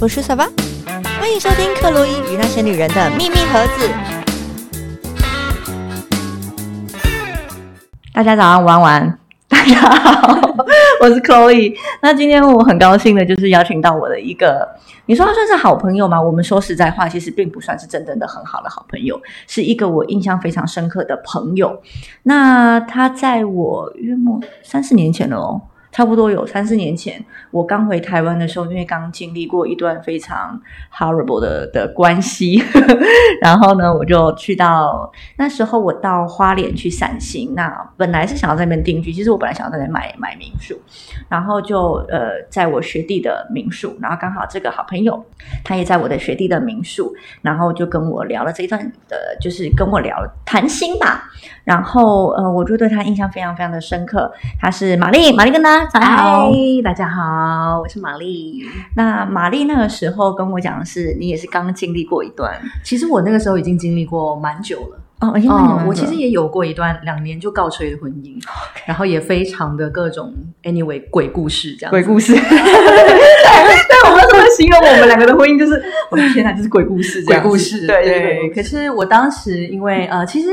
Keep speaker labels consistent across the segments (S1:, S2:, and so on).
S1: 我是小巴，欢迎收听克洛伊与那些女人的秘密盒子。大家早上玩玩， 大家好，我是 Chloe。那今天我很高兴的就是邀请到我的一个，你说他算是好朋友吗？我们说实在话，其实并不算是真正的很好的好朋友，是一个我印象非常深刻的朋友。那他在我约莫三四年前了哦，差不多有三四年前，我刚回台湾的时候，因为刚经历过一段非常 horrible 的的关系， 然后呢，我就去到那时候我到花莲去散心。那本来是想要在那边定居，其实我本来想要在那边买买民宿，然后就呃在我学弟的民宿，然后刚好这个好朋友他也在我的学弟的民宿，然后就跟我聊了这一段的，就是跟我聊谈心吧。然后呃，我就对他印象非常非常的深刻。他是玛丽，玛丽跟他早上好。
S2: 大家好，我是玛丽。
S1: 那玛丽那个时候跟我讲的是，你也是刚经历过一段
S2: 其实我那个时候已经经历过蛮久了，
S1: 哦，因为
S2: 嗯我其实也有过一段两年就告吹的婚姻然后也非常的各种 anyway 鬼故事这样子。
S1: 鬼故 事，
S2: 对，我们这么形容我们两个的婚姻，就是我的天哪，就是鬼故事这样子，
S1: 鬼故事
S2: 对
S1: 对
S2: 对
S1: 鬼
S2: 对。
S1: 故
S2: 可是我当时因为呃，其实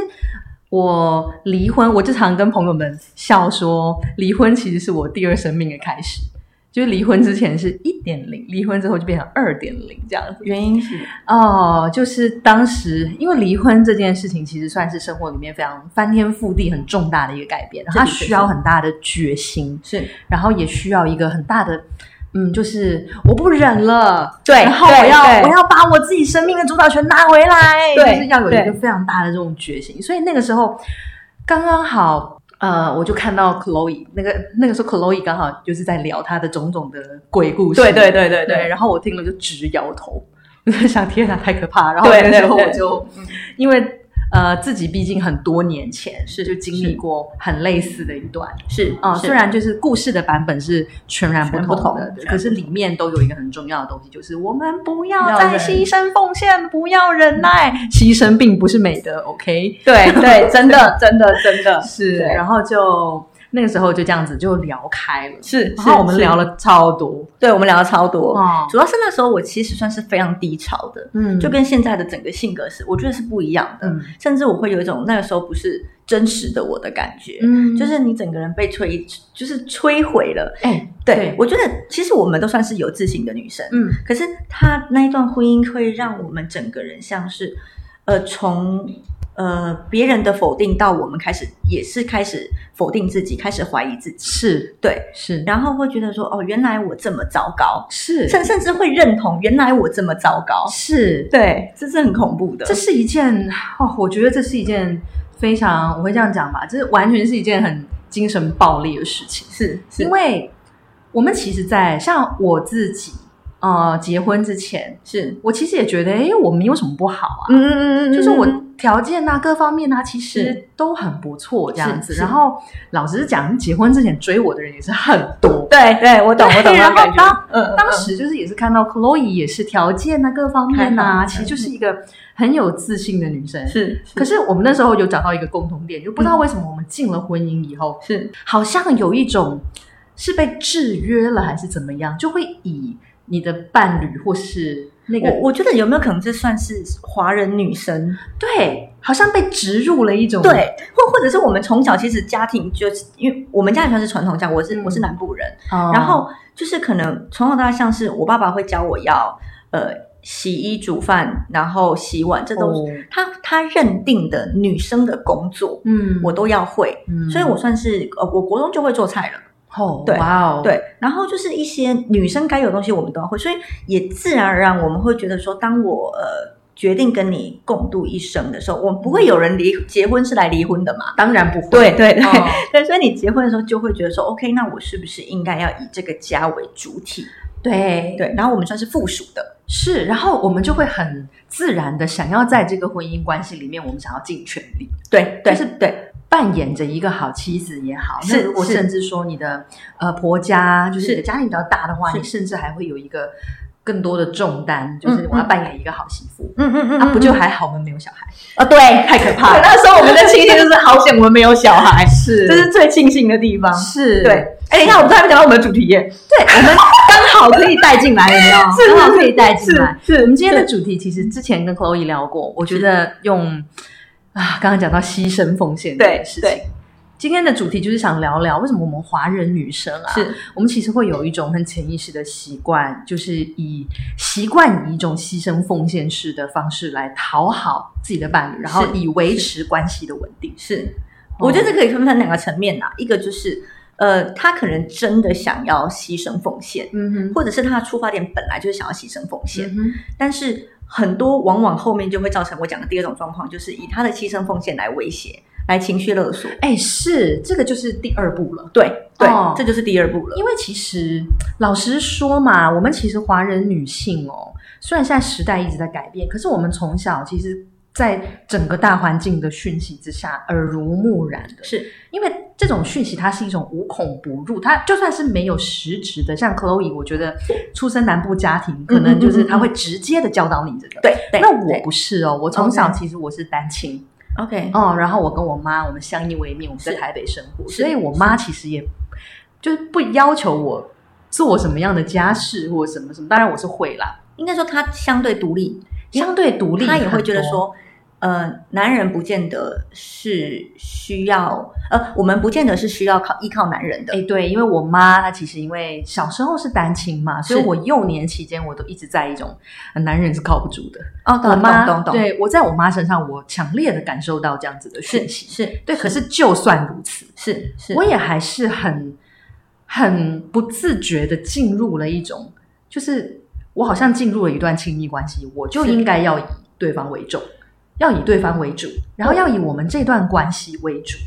S2: 我离婚，我就常跟朋友们笑说，离婚其实是我第二生命的开始。就是离婚之前是一点零，离婚之后就变成二点零这样子。
S1: 原因是
S2: 哦，就是当时因为离婚这件事情，其实算是生活里面非常翻天覆地、很重大的一个改变，然后它
S1: 这的确
S2: 需要
S1: 是
S2: 很大的决心，
S1: 是
S2: 然后也需要一个很大的，嗯，就是我不忍了，
S1: 对
S2: 然后我
S1: 对
S2: 要
S1: 对
S2: 我要把我自己生命的主导权拿回来，
S1: 对
S2: 就是要有一个
S1: 对
S2: 非常大的这种决心。所以那个时候刚刚好。呃，我就看到 Chloe 那个那个时候，Chloe 刚好就是在聊她的种种的鬼故事，
S1: 对对对对
S2: 对
S1: 对，
S2: 然后我听了就直摇头， 我就想天哪，太可怕了。然后
S1: 对
S2: 那个时候
S1: 对
S2: 我
S1: 对嗯
S2: 就因为呃自己毕竟很多年前是就经历过很类似的一段
S1: 是
S2: 啊、呃
S1: 是
S2: 虽然就是故事的版本是全然不
S1: 全不
S2: 同
S1: 同
S2: 的，
S1: 对
S2: 可是里面都有一个很重要的东西，就是我们不要
S1: 要
S2: 再
S1: 忍
S2: 牺牲奉献，不要忍耐，
S1: 嗯
S2: 牺牲并不是美德，OK？
S1: 对对，真的真的真的
S2: 是，
S1: 对
S2: 然后就那个时候就这样子就聊开了，
S1: 是，
S2: 然后我们
S1: 是
S2: 聊，了超多，
S1: 对我们聊了超多，
S2: 哦，
S1: 主要是那时候我其实算是非常低潮的，
S2: 嗯，
S1: 就跟现在的整个性格是，我觉得是不一样的，
S2: 嗯
S1: 甚至我会有一种那个时候不是真实的我的感觉。
S2: 嗯
S1: 就是你整个人被摧，就是摧毁了。
S2: 哎、
S1: 对
S2: 对
S1: 我觉得，其实我们都算是有自信的女生，
S2: 嗯，
S1: 可是他那一段婚姻会让我们整个人像是，呃，从呃别人的否定到我们开始也是开始否定自己，开始怀疑自己，
S2: 是
S1: 对，
S2: 是
S1: 然后会觉得说，哦，原来我这么糟糕，
S2: 是
S1: 甚甚至会认同原来我这么糟糕，
S2: 是，
S1: 对，这是很恐怖的，
S2: 这是一件哦，我觉得这是一件非常，我会这样讲吧，这完全是一件很精神暴力的事情，
S1: 是是
S2: 因为我们其实在，像我自己，呃，结婚之前，
S1: 是，
S2: 我其实也觉得，哎，我们有什么不好啊？
S1: 嗯嗯嗯，
S2: 就是我
S1: 嗯
S2: 条件啊，各方面啊，其实
S1: 是
S2: 都很不错，这样
S1: 是
S2: 子。
S1: 是
S2: 然后老实讲，结婚之前追我的人也是很多，
S1: 对对，我懂我懂
S2: 对
S1: 那
S2: 然
S1: 种
S2: 后
S1: 感觉
S2: 当，
S1: 嗯嗯嗯
S2: 当时就是也是看到 Chloe 也是条件啊，各方面
S1: 开
S2: 啊，
S1: 放
S2: 其实就是一个很有自信的女生。
S1: 嗯是，嗯
S2: 可
S1: 是
S2: 是我们那时候有找到一个共同点，就不知道为什么我们进了婚姻以后，
S1: 是
S2: 好像有一种是被制约了还是怎么样，就会以你的伴侣或是那个
S1: 我我觉得有没有可能这算是华人女生？
S2: 对，好像被植入了一种
S1: 对，或或者是我们从小其实家庭就是因为我们家里算是传统教，我是、
S2: 嗯
S1: 我是南部人，
S2: 哦
S1: 然后就是可能从小到大像是我爸爸会教我要呃洗衣煮饭，然后洗碗，这都是、
S2: 哦
S1: 他他认定的女生的工作，
S2: 嗯，
S1: 我都要会，
S2: 嗯
S1: 所以我算是呃我国中就会做菜了。
S2: 哦
S1: 对
S2: 哇哦
S1: 对，然后就是一些女生该有的东西我们都要会，所以也自然而然我们会觉得说，当我呃决定跟你共度一生的时候，我们不会有人离结婚是来离婚的嘛？
S2: 当然不会
S1: 对对对、
S2: 哦
S1: 对，所以你结婚的时候就会觉得说，OK，那我是不是应该要以这个家为主体？
S2: 对
S1: 对，然后我们算是附属的，
S2: 是，然后我们就会很自然的想要在这个婚姻关系里面，我们想要尽全力，
S1: 对对
S2: 就是
S1: 对
S2: 扮演着一个好妻子也好。
S1: 是
S2: 那如果
S1: 是
S2: 甚至说你的呃婆家就是
S1: 是
S2: 你的家庭比较大的话，
S1: 是
S2: 你甚至还会有一个更多的重担，就是我要
S1: 嗯
S2: 扮演一个好媳妇。
S1: 嗯嗯嗯
S2: 啊，不就
S1: 嗯
S2: 还好我们没有小孩，
S1: 啊？对，太可怕了，
S2: 那时候我们的庆幸就是好险我们没有小孩，是
S1: 这是最庆幸的地方。
S2: 是，
S1: 对，哎，你看我们都还没讲到我们的主题耶，
S2: 对，我们
S3: 刚好可以带进来，有没有？
S2: 是
S3: 刚好可以带进来。
S2: 是
S3: 我们今
S2: 今
S3: 天
S2: 天
S3: 的
S2: 的主题其实之前跟 Chloe 聊过，我觉得用啊，刚刚讲到牺牲奉献这件事情
S1: 对。
S2: 今天的主题就是想聊聊为什么我们华人女生啊，
S1: 是
S2: 我们其实会有一种很潜意识的习惯，就是以习惯以一种牺牲奉献式的方式来讨好自己的伴侣，然后
S1: 是
S2: 以维持关系的稳定。
S1: 是，我觉得这可以分成两个层面呐、啊一个就是呃，他可能真的想要牺牲奉献，
S2: 嗯哼，
S1: 或者是他的出发点本来就是想要牺牲奉献，
S2: 嗯哼，
S1: 但是很多往往后面就会造成我讲的第二种状况，就是以他的牺牲奉献来威胁，来情绪勒索。
S2: 哎，是这个就是第二步了。
S1: 对对、
S2: 哦
S1: 这就是第二步了。
S2: 因为其实老实说嘛，我们其实华人女性哦，虽然现在时代一直在改变，可是我们从小其实，在整个大环境的讯息之下，耳濡目染的。
S1: 是
S2: 因为这种讯息它是一种无孔不入，它就算是没有实质的，像 Chloe，我觉得出生南部家庭，可能
S1: 嗯
S2: 就是他会直接的教导你这个。
S1: 对对，
S2: 那我
S1: 对
S2: 不是哦，我从小
S1: OK
S2: 其实我是单亲
S1: OK，
S2: 哦，然后我跟我妈我们相依为命，我们在
S1: 是
S2: 台北生活，
S1: 是
S2: 所以我妈其实也就是不要求我做什么样的家事或什么什么，当然我是会啦，
S1: 应该说他相对独立，
S2: 相对独立很
S1: 他
S2: 多，
S1: 也会觉得说，呃，男人不见得是需要，呃，我们不见得是需要靠依靠男人的。
S2: 哎，对，因为我妈她其实因为小时候是单亲嘛，所以
S1: 是
S2: 我幼年期间我都一直在一种呃男人是靠不住的。
S1: 哦，
S2: 我
S1: 懂
S2: 妈
S1: 懂懂懂，
S2: 对我在我妈身上，我强烈的感受到这样子的
S1: 是
S2: 讯息。
S1: 是，
S2: 对，可是就算如此，
S1: 是是，
S2: 我也还是很很不自觉的进入了一种，就是我好像进入了一段亲密关系，我就是应该要以对方为重，要以对方为主，然后要以我们这段关系为主。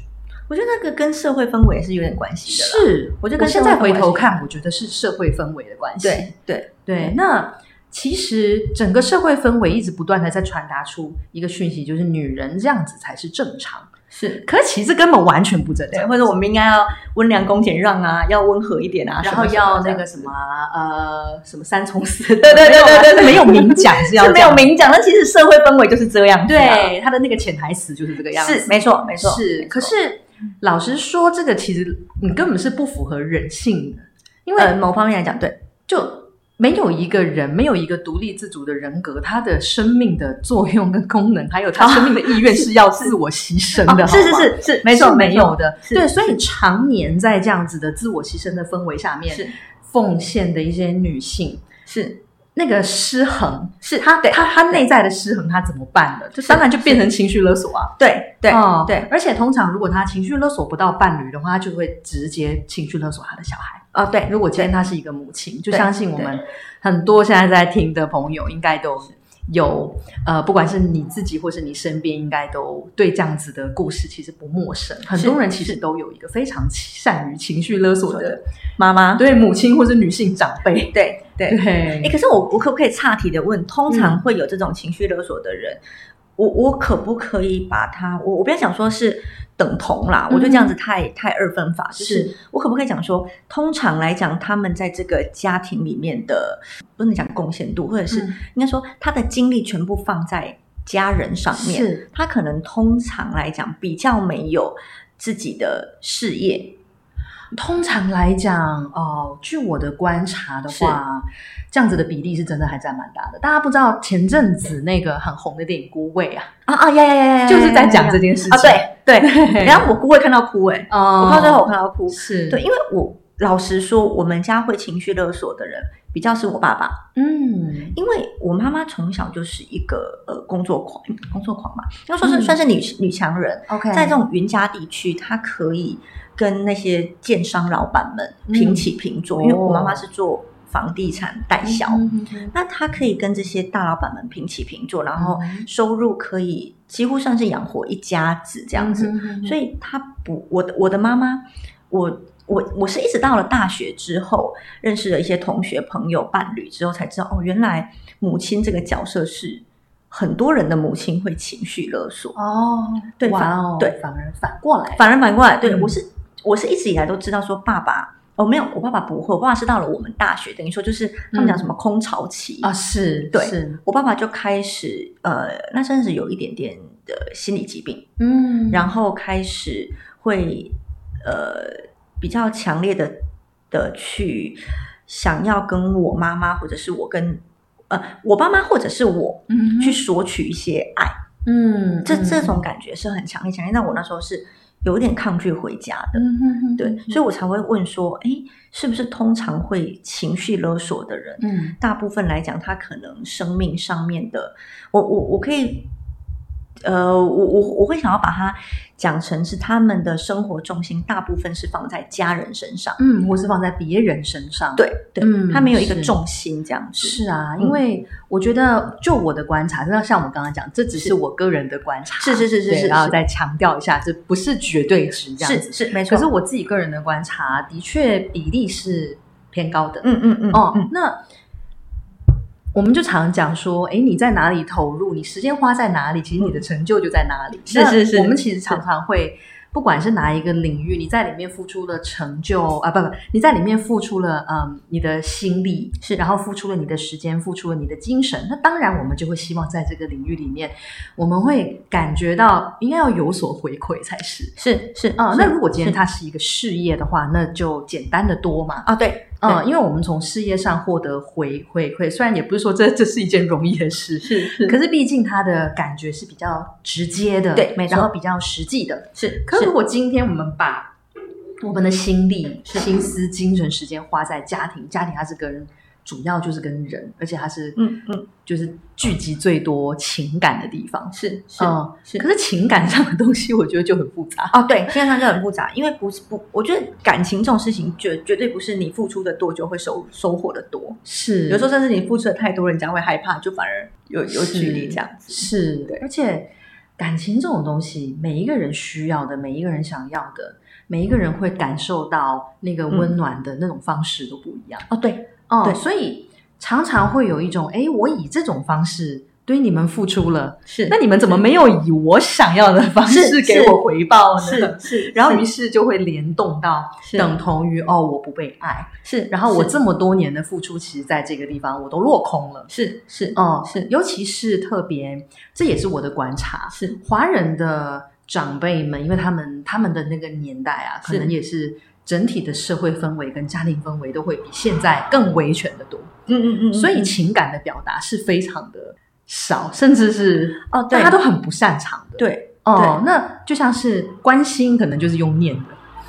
S1: 我觉得那个跟社会氛围是有点关系的啦。
S2: 是，
S1: 我觉得
S2: 我
S1: 跟
S2: 现
S1: 社会
S2: 在回
S1: 氛围
S2: 头
S1: 是
S2: 看，我觉得是社会氛围的关系。
S1: 对对
S2: 对，那其实整个社会氛围一直不断的在传达出一个讯息，就是女人这样子才是正常。
S1: 是，
S2: 可其实根本完全不正
S1: 对，
S2: 常。
S1: 或者我们应该要温良恭俭让啊，要温和一点啊，
S2: 嗯然后
S1: 什么什么
S2: 要
S1: 这
S2: 那
S1: 样
S2: 个
S1: 子
S2: 什么呃什么三从四德，
S1: 对对对对对对
S2: 没有啊没有明讲是要
S1: 是
S2: 这
S1: 没有
S2: 样
S1: 明讲，但其实社会氛围就是这样子啊。
S2: 对他的那个潜台词就是这个样子，
S1: 是没错没错
S2: 是
S1: 没。错
S2: 可是老实说，这个其实你根本是不符合人性的，因为
S1: 呃，某方面来讲，对，
S2: 就没有一个人，没有一个独立自主的人格，他的生命的作用跟功能，还有他生命的意愿哦是要自我牺牲
S1: 哦
S2: 的，好吗
S1: 是是是是，没错
S2: 是没
S1: 没
S2: 有
S1: 错
S2: 的。
S1: 是
S2: 对，
S1: 是
S2: 所以常年在这样子的自我牺牲的氛围下面，
S1: 是
S2: 奉献的一些女性。
S1: 是
S2: 那个失衡
S1: 是
S2: 她
S1: 对
S2: 她她内在的失衡，她怎么办的？这
S1: 是
S2: 当然就变成情绪勒索 啊！
S1: 对对
S2: 哦
S1: 对
S2: 而且通常如果她情绪勒索不到伴侣的话，她就会直接情绪勒索她的小孩。
S1: 哦对，
S2: 如果今天
S1: 对
S2: 她是一个母亲，就
S1: 对
S2: 相信我们很多现在在听的朋友应该都有呃，不管是你自己或是你身边，应该都对这样子的故事其实不陌生。很多人其实都有一个非常善于情绪勒索的
S1: 妈妈，
S2: 对母亲或是女性长辈。
S1: 对对。哎、
S2: 对，
S1: 可是我我可不可以岔题的问，通
S2: 嗯
S1: 常会有这种情绪勒索的人，我我可不可以把他，我我不要想说是等同啦，
S2: 嗯
S1: 我觉得这样子太太二分法，就是
S2: 是
S1: 我可不可以讲说，通常来讲，他们在这个家庭里面的不能讲贡献度，或者是、
S2: 嗯
S1: 应该说他的精力全部放在家人上面，
S2: 是
S1: 他可能通常来讲比较没有自己的事业，
S2: 通常来讲，哦，据我的观察的话，这样子的比例是真的还占蛮大的。大家不知道前阵子那个很红的电影《孤味》啊，
S1: 啊啊呀呀呀呀呀，
S2: 就是在讲
S1: 呀
S2: 这件事情
S1: 啊，对对。
S2: 对
S1: 然后我姑会看到哭哎、
S2: 哦
S1: 我看到最后我看到哭，
S2: 是
S1: 对，，因为我老实说，我们家会情绪勒索的人比较是我爸爸，
S2: 嗯，
S1: 因为我妈妈从小就是一个呃工作狂，工作狂嘛，要说是、
S2: 嗯
S1: 算是女女强人，
S2: OK，
S1: 在这种云家地区，她可以跟那些建商老板们
S2: 嗯
S1: 平起平坐，因为我妈妈是做房地产代销，
S2: 哦嗯嗯
S1: 那她可以跟这些大老板们平起平坐，然后
S2: 嗯
S1: 收入可以几乎算是养活一家子这样子，
S2: 嗯
S1: 所以她不，我的我的妈妈，我我我是一直到了大学之后，认识了一些同学、朋友、伴侣之后，才知道哦，原来母亲这个角色是很多人的母亲会情绪勒索，
S2: 哦，
S1: 对
S2: 哇
S1: 反
S2: 哦，
S1: 对
S2: 反而反过来，
S1: 反而反过来，对、
S2: 嗯
S1: 我是我是一直以来都知道说爸爸。哦，没有，我爸爸不会，我爸爸是到了我们大学，等于说就是他们讲什么空巢期
S2: 啊，是，
S1: 对
S2: 是，
S1: 我爸爸就开始呃，那甚至有一点点的心理疾病，
S2: 嗯，
S1: 然后开始会呃比较强烈的的去想要跟我妈妈或者是我跟呃我爸妈或者是我
S2: 嗯
S1: 去索取一些爱，
S2: 嗯
S1: 这这种感觉是很强烈强烈。那我那时候是有点抗拒回家的，
S2: 嗯哼
S1: 对，所以我才会问说，诶，是不是通常会情绪勒索的人，
S2: 嗯
S1: 大部分来讲，他可能生命上面的，我我我可以，呃，我我我会想要把它讲成是他们的生活重心大部分是放在家人身上，
S2: 嗯，我是放在别人身上，
S1: 对对，
S2: 嗯
S1: 他没有一个
S2: 是
S1: 重心这样子，
S2: 是啊，
S1: 嗯
S2: 因为我觉得，就我的观察，真的像我刚刚讲，这只是
S1: 是
S2: 我个人的观察，
S1: 是是是是
S2: 对
S1: 是
S2: 然后
S1: 是
S2: 再强调一下，这不是绝对值这样子。
S1: 是是没错，
S2: 可是我自己个人的观察，的确比例是偏高的。
S1: 嗯嗯嗯
S2: 哦
S1: 嗯，
S2: 那我们就常讲说，诶，你在哪里投入，你时间花在哪里，其实你的成就就在哪里。
S1: 嗯是
S2: 那
S1: 是是
S2: 我们其实常常会，不管是哪一个领域，你在里面付出了成就啊，不不，你在里面付出了嗯你的心力，是，然后付出了你的时间，付出了你的精神。那当然，我们就会希望在这个领域里面，我们会感觉到应该要有所回馈才是。
S1: 是是
S2: 啊、
S1: 是
S2: 那如果今天
S1: 是
S2: 它是一个事业的话，那就简单的多嘛。
S1: 啊对，
S2: 嗯，因为我们从事业上获得回回馈，虽然也不是说这这是一件容易的事，
S1: 是是
S2: 可是毕竟它的感觉是比较直接的，
S1: 对没错
S2: 然后比较实际的。
S1: 是，
S2: 可
S1: 是
S2: 如果今天我们把我们的心力、心思、精神、时间花在家庭，家庭它是跟主要就是跟人，而且它是
S1: 嗯嗯
S2: 就是聚集最多情感的地方。
S1: 是是
S2: 嗯，
S1: 是
S2: 可是情感上的东西，我觉得就很复杂。
S1: 哦，对，现在上就很复杂，因为不是不，我觉得感情这种事情绝绝对不是你付出的多就会收收获的多，
S2: 是
S1: 有时候甚至你付出的太多，人家会害怕，就反而有有
S2: 是
S1: 距离这样子。
S2: 是，
S1: 对
S2: 而且感情这种东西，每一个人需要的，每一个人想要的，每一个人会感受到那个温暖的那种方式都不一样。
S1: 嗯哦，对，
S2: 哦，
S1: 对
S2: 所以常常会有一种，哎，我以这种方式对你们付出了，
S1: 是
S2: 那你们怎么没有以我想要的方式
S1: 是
S2: 给
S1: 是
S2: 我回报呢？
S1: 是是，
S2: 然后于
S1: 是
S2: 是就会联动到
S1: 是
S2: 等同于哦，我不被爱，
S1: 是，
S2: 然后我
S1: 是
S2: 这么多年的付出，其实在这个地方我都落空了。
S1: 是是
S2: 哦，
S1: 是
S2: 尤其是特别，这也是我的观察，
S1: 是
S2: 华人的长辈们，因为他们他们的那个年代啊，可
S1: 是
S2: 能也是整体的社会氛围跟家庭氛围都会比现在更维权的多，
S1: 嗯嗯嗯，
S2: 所以
S1: 嗯
S2: 情感的表达是非常的少，甚至是
S1: 哦，
S2: 大
S1: 对
S2: 家都很不擅长的。，
S1: 对
S2: 哦，
S1: 对
S2: 那就像是关心，可能就是用念的，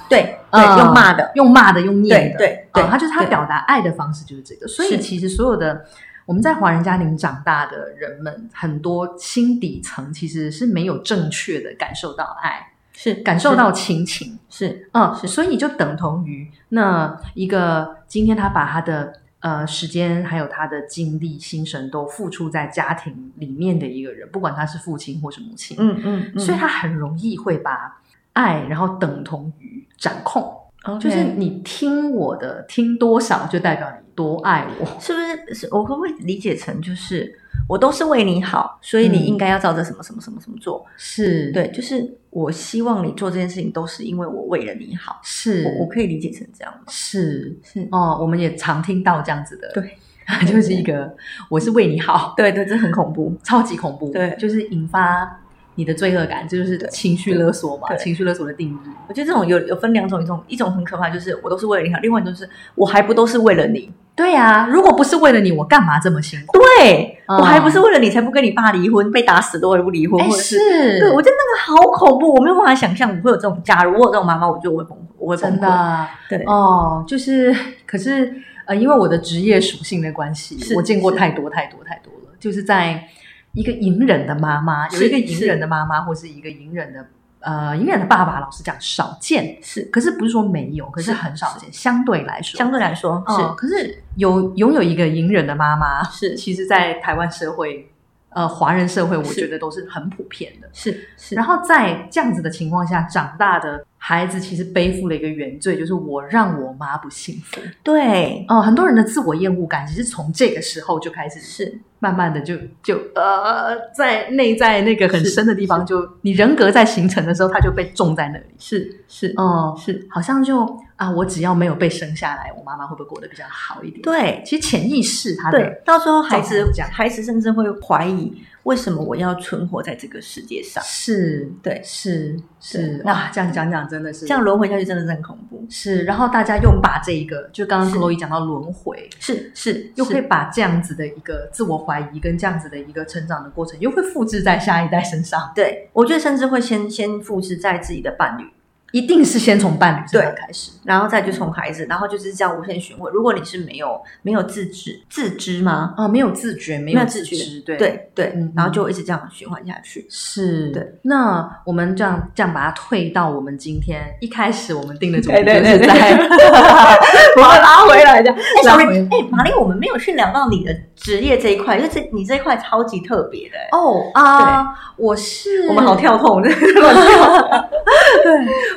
S1: 对
S2: 嗯
S1: 对，用骂的，
S2: 用骂的，用念
S1: 对
S2: 的，
S1: 对嗯
S2: 对，
S1: 对，
S2: 他就是他
S1: 对
S2: 表达爱的方式就是这个。所以
S1: 是
S2: 其实所有的我们在华人家庭长大的人们，很多心底层其实是没有正确的感受到爱，
S1: 是
S2: 感受到亲情。
S1: 是
S2: 嗯，所以就等同于那一个今天他把他的呃时间还有他的精力、心神都付出在家庭里面的一个人，不管他是父亲或是母亲，
S1: 嗯嗯嗯，
S2: 所以他很容易会把爱然后等同于掌控。
S1: 他
S2: 就是你听我的，听多少就代表你多爱我。
S1: 是不是是我会不会理解成就是我都是为你好，所以你
S2: 嗯
S1: 应该要照着什么什么什么什么做，
S2: 是
S1: 对，， 就是我希望你做这件事情都是因为我为了你好，
S2: 是
S1: 我我可以理解成这样吗？
S2: 是
S1: 是，
S2: 哦，我们也常听到这样子的，
S1: 对，
S2: 就是一个我是为你好，
S1: 对对，这很恐怖。
S2: 超级恐怖，
S1: 对
S2: 就是引发你的罪恶感，这就是
S1: 对
S2: 情绪勒索嘛，
S1: 对
S2: 情绪勒索的定义。
S1: 我觉得这种有有分两种，一种一种很可怕，就是我都是为了你好，另外一种就是我还不都是为了你，
S2: 对呀、如果不是为了你，我干嘛这么辛苦？
S1: 对、
S2: 嗯
S1: 我还不是为了你才不跟你爸离婚，被打死都还不离婚，
S2: 哎，
S1: 或者是。
S2: 是，
S1: 对，我觉得那个好恐怖，我没有办法想象我会有这种。假如我有这种妈妈，我觉得我会崩溃，我会崩溃。
S2: 真的啊
S1: 对，
S2: 哦，就是可是呃，因为我的职业属性的关系，
S1: 是
S2: 我见过
S1: 是
S2: 太多太多太多了，就是在一个隐忍的妈妈，有
S1: 是
S2: 一个隐
S1: 是
S2: 忍的妈妈，或是一个隐忍的呃隐忍的爸爸，老实讲少见，
S1: 是
S2: 可是不是说没有，可是
S1: 是
S2: 很少见，相对来说，
S1: 相对来说
S2: 哦可是有拥有一个隐忍的妈妈，
S1: 是是
S2: 其实，在台湾社会，呃，华人社会，我
S1: 是
S2: 觉得都是很普遍的。
S1: 是是，
S2: 然后在这样子的情况下长大的孩子，其实背负了一个原罪，就是我让我妈不幸福。
S1: 对
S2: 哦、很多人的自我厌恶感，其实从这个时候就开始，
S1: 是
S2: 慢慢的就就呃，在内在那个很
S1: 是
S2: 深的地方就，你人格在形成的时候，它就被种在那里。是，
S1: 是
S2: 哦、
S1: 是
S2: 好像就啊、啊，我只要没有被生下来，我妈妈会不会过得比较好一点？，
S1: 对
S2: 其实潜意识他的
S1: 对，到时候孩
S2: 状
S1: 子
S2: 态是这样
S1: 孩子甚至会怀疑，为什么我要存活在这个世界上？
S2: 是，
S1: 对
S2: 是是
S1: 对，
S2: 哇，这样讲讲真的是
S1: 这样轮回下去真的是很恐怖。
S2: 是，然后大家又把这一个，就刚刚
S1: 是
S2: Chloe 讲到轮回，
S1: 是是，
S2: 又可以
S1: 是
S2: 把这样子的一个自我怀疑跟这样子的一个成长的过程，又会复制在下一代身上，
S1: 对，我觉得甚至会先先复制在自己的伴侣，
S2: 一定是先从伴侣身上
S1: 对
S2: 开始。
S1: 然后再就从孩子，然后就是这样无限循环。如果你是没有没有自知自知吗？
S2: 啊，没有自觉，没有
S1: 有
S2: 自
S1: 自觉
S2: 知，对
S1: 对对
S2: 嗯嗯，
S1: 然后就一直这样循环下去。
S2: 是，
S1: 对。
S2: 那我们这样这样把它退到我们今天一开始我们定的主题，
S1: 哎对对
S2: 就是
S1: 对对
S2: 在
S1: 我会拉回来的。哎，小
S2: 拉回
S1: 瑞，哎，玛丽，我们没有去聊到你的职业这一块，因为这你这一块超级特别的。欸
S2: 哦啊，我是
S1: 我们好跳 痛，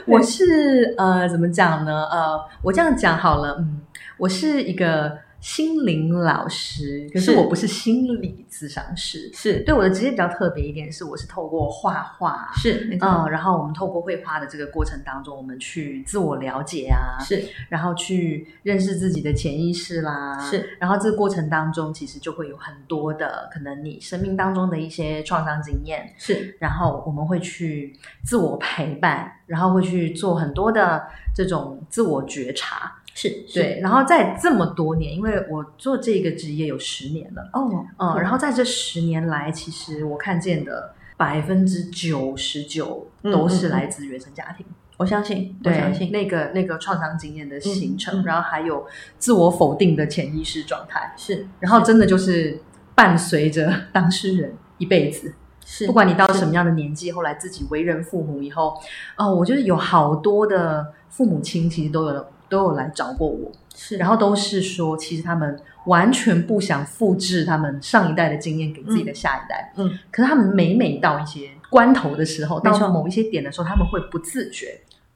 S2: 我是呃，怎么讲呢？呃，我这样讲好了，嗯，我是一个心灵老师，可是
S1: 是
S2: 我不是心理咨商师。
S1: 是
S2: 对我的职业比较特别一点，是我是透过画画，
S1: 是，没错
S2: 嗯，然后我们透过绘画的这个过程当中，我们去自我了解啊，
S1: 是
S2: 然后去认识自己的潜意识啦，。
S1: 是
S2: 然后这个过程当中，其实就会有很多的可能你生命当中的一些创伤经验，
S1: 是
S2: 然后我们会去自我陪伴，然后会去做很多的这种自我觉察，
S1: 是，
S2: 对。然后在这么多年，因为我做这个职业有十年了，
S1: 哦，
S2: 嗯，然后在这十年来，其实我看见的百分之九十九都
S1: 嗯
S2: 是
S1: 嗯嗯
S2: 来自原生家庭，
S1: 我相信，我
S2: 对，
S1: 相信，
S2: 那个那个创伤经验的形成，
S1: 嗯嗯
S2: 然后还有自我否定的潜意识状态，
S1: 是
S2: 然后真的就是伴随着当事人一辈子。
S1: 是，
S2: 不管你到什么样的年纪，后来自己为人父母以后，哦，我觉得有好多的父母亲其实都有都有来找过我，
S1: 是，
S2: 然后都是说，其实他们完全不想复制他们上一代的经验给自己的下一代，
S1: 嗯嗯
S2: 可是他们每每到一些关头的时候，
S1: 没错
S2: 到某一些点的时候，他们会不自觉，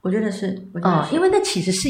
S1: 我觉得是，我觉
S2: 嗯
S1: 得，是
S2: 因为那其实是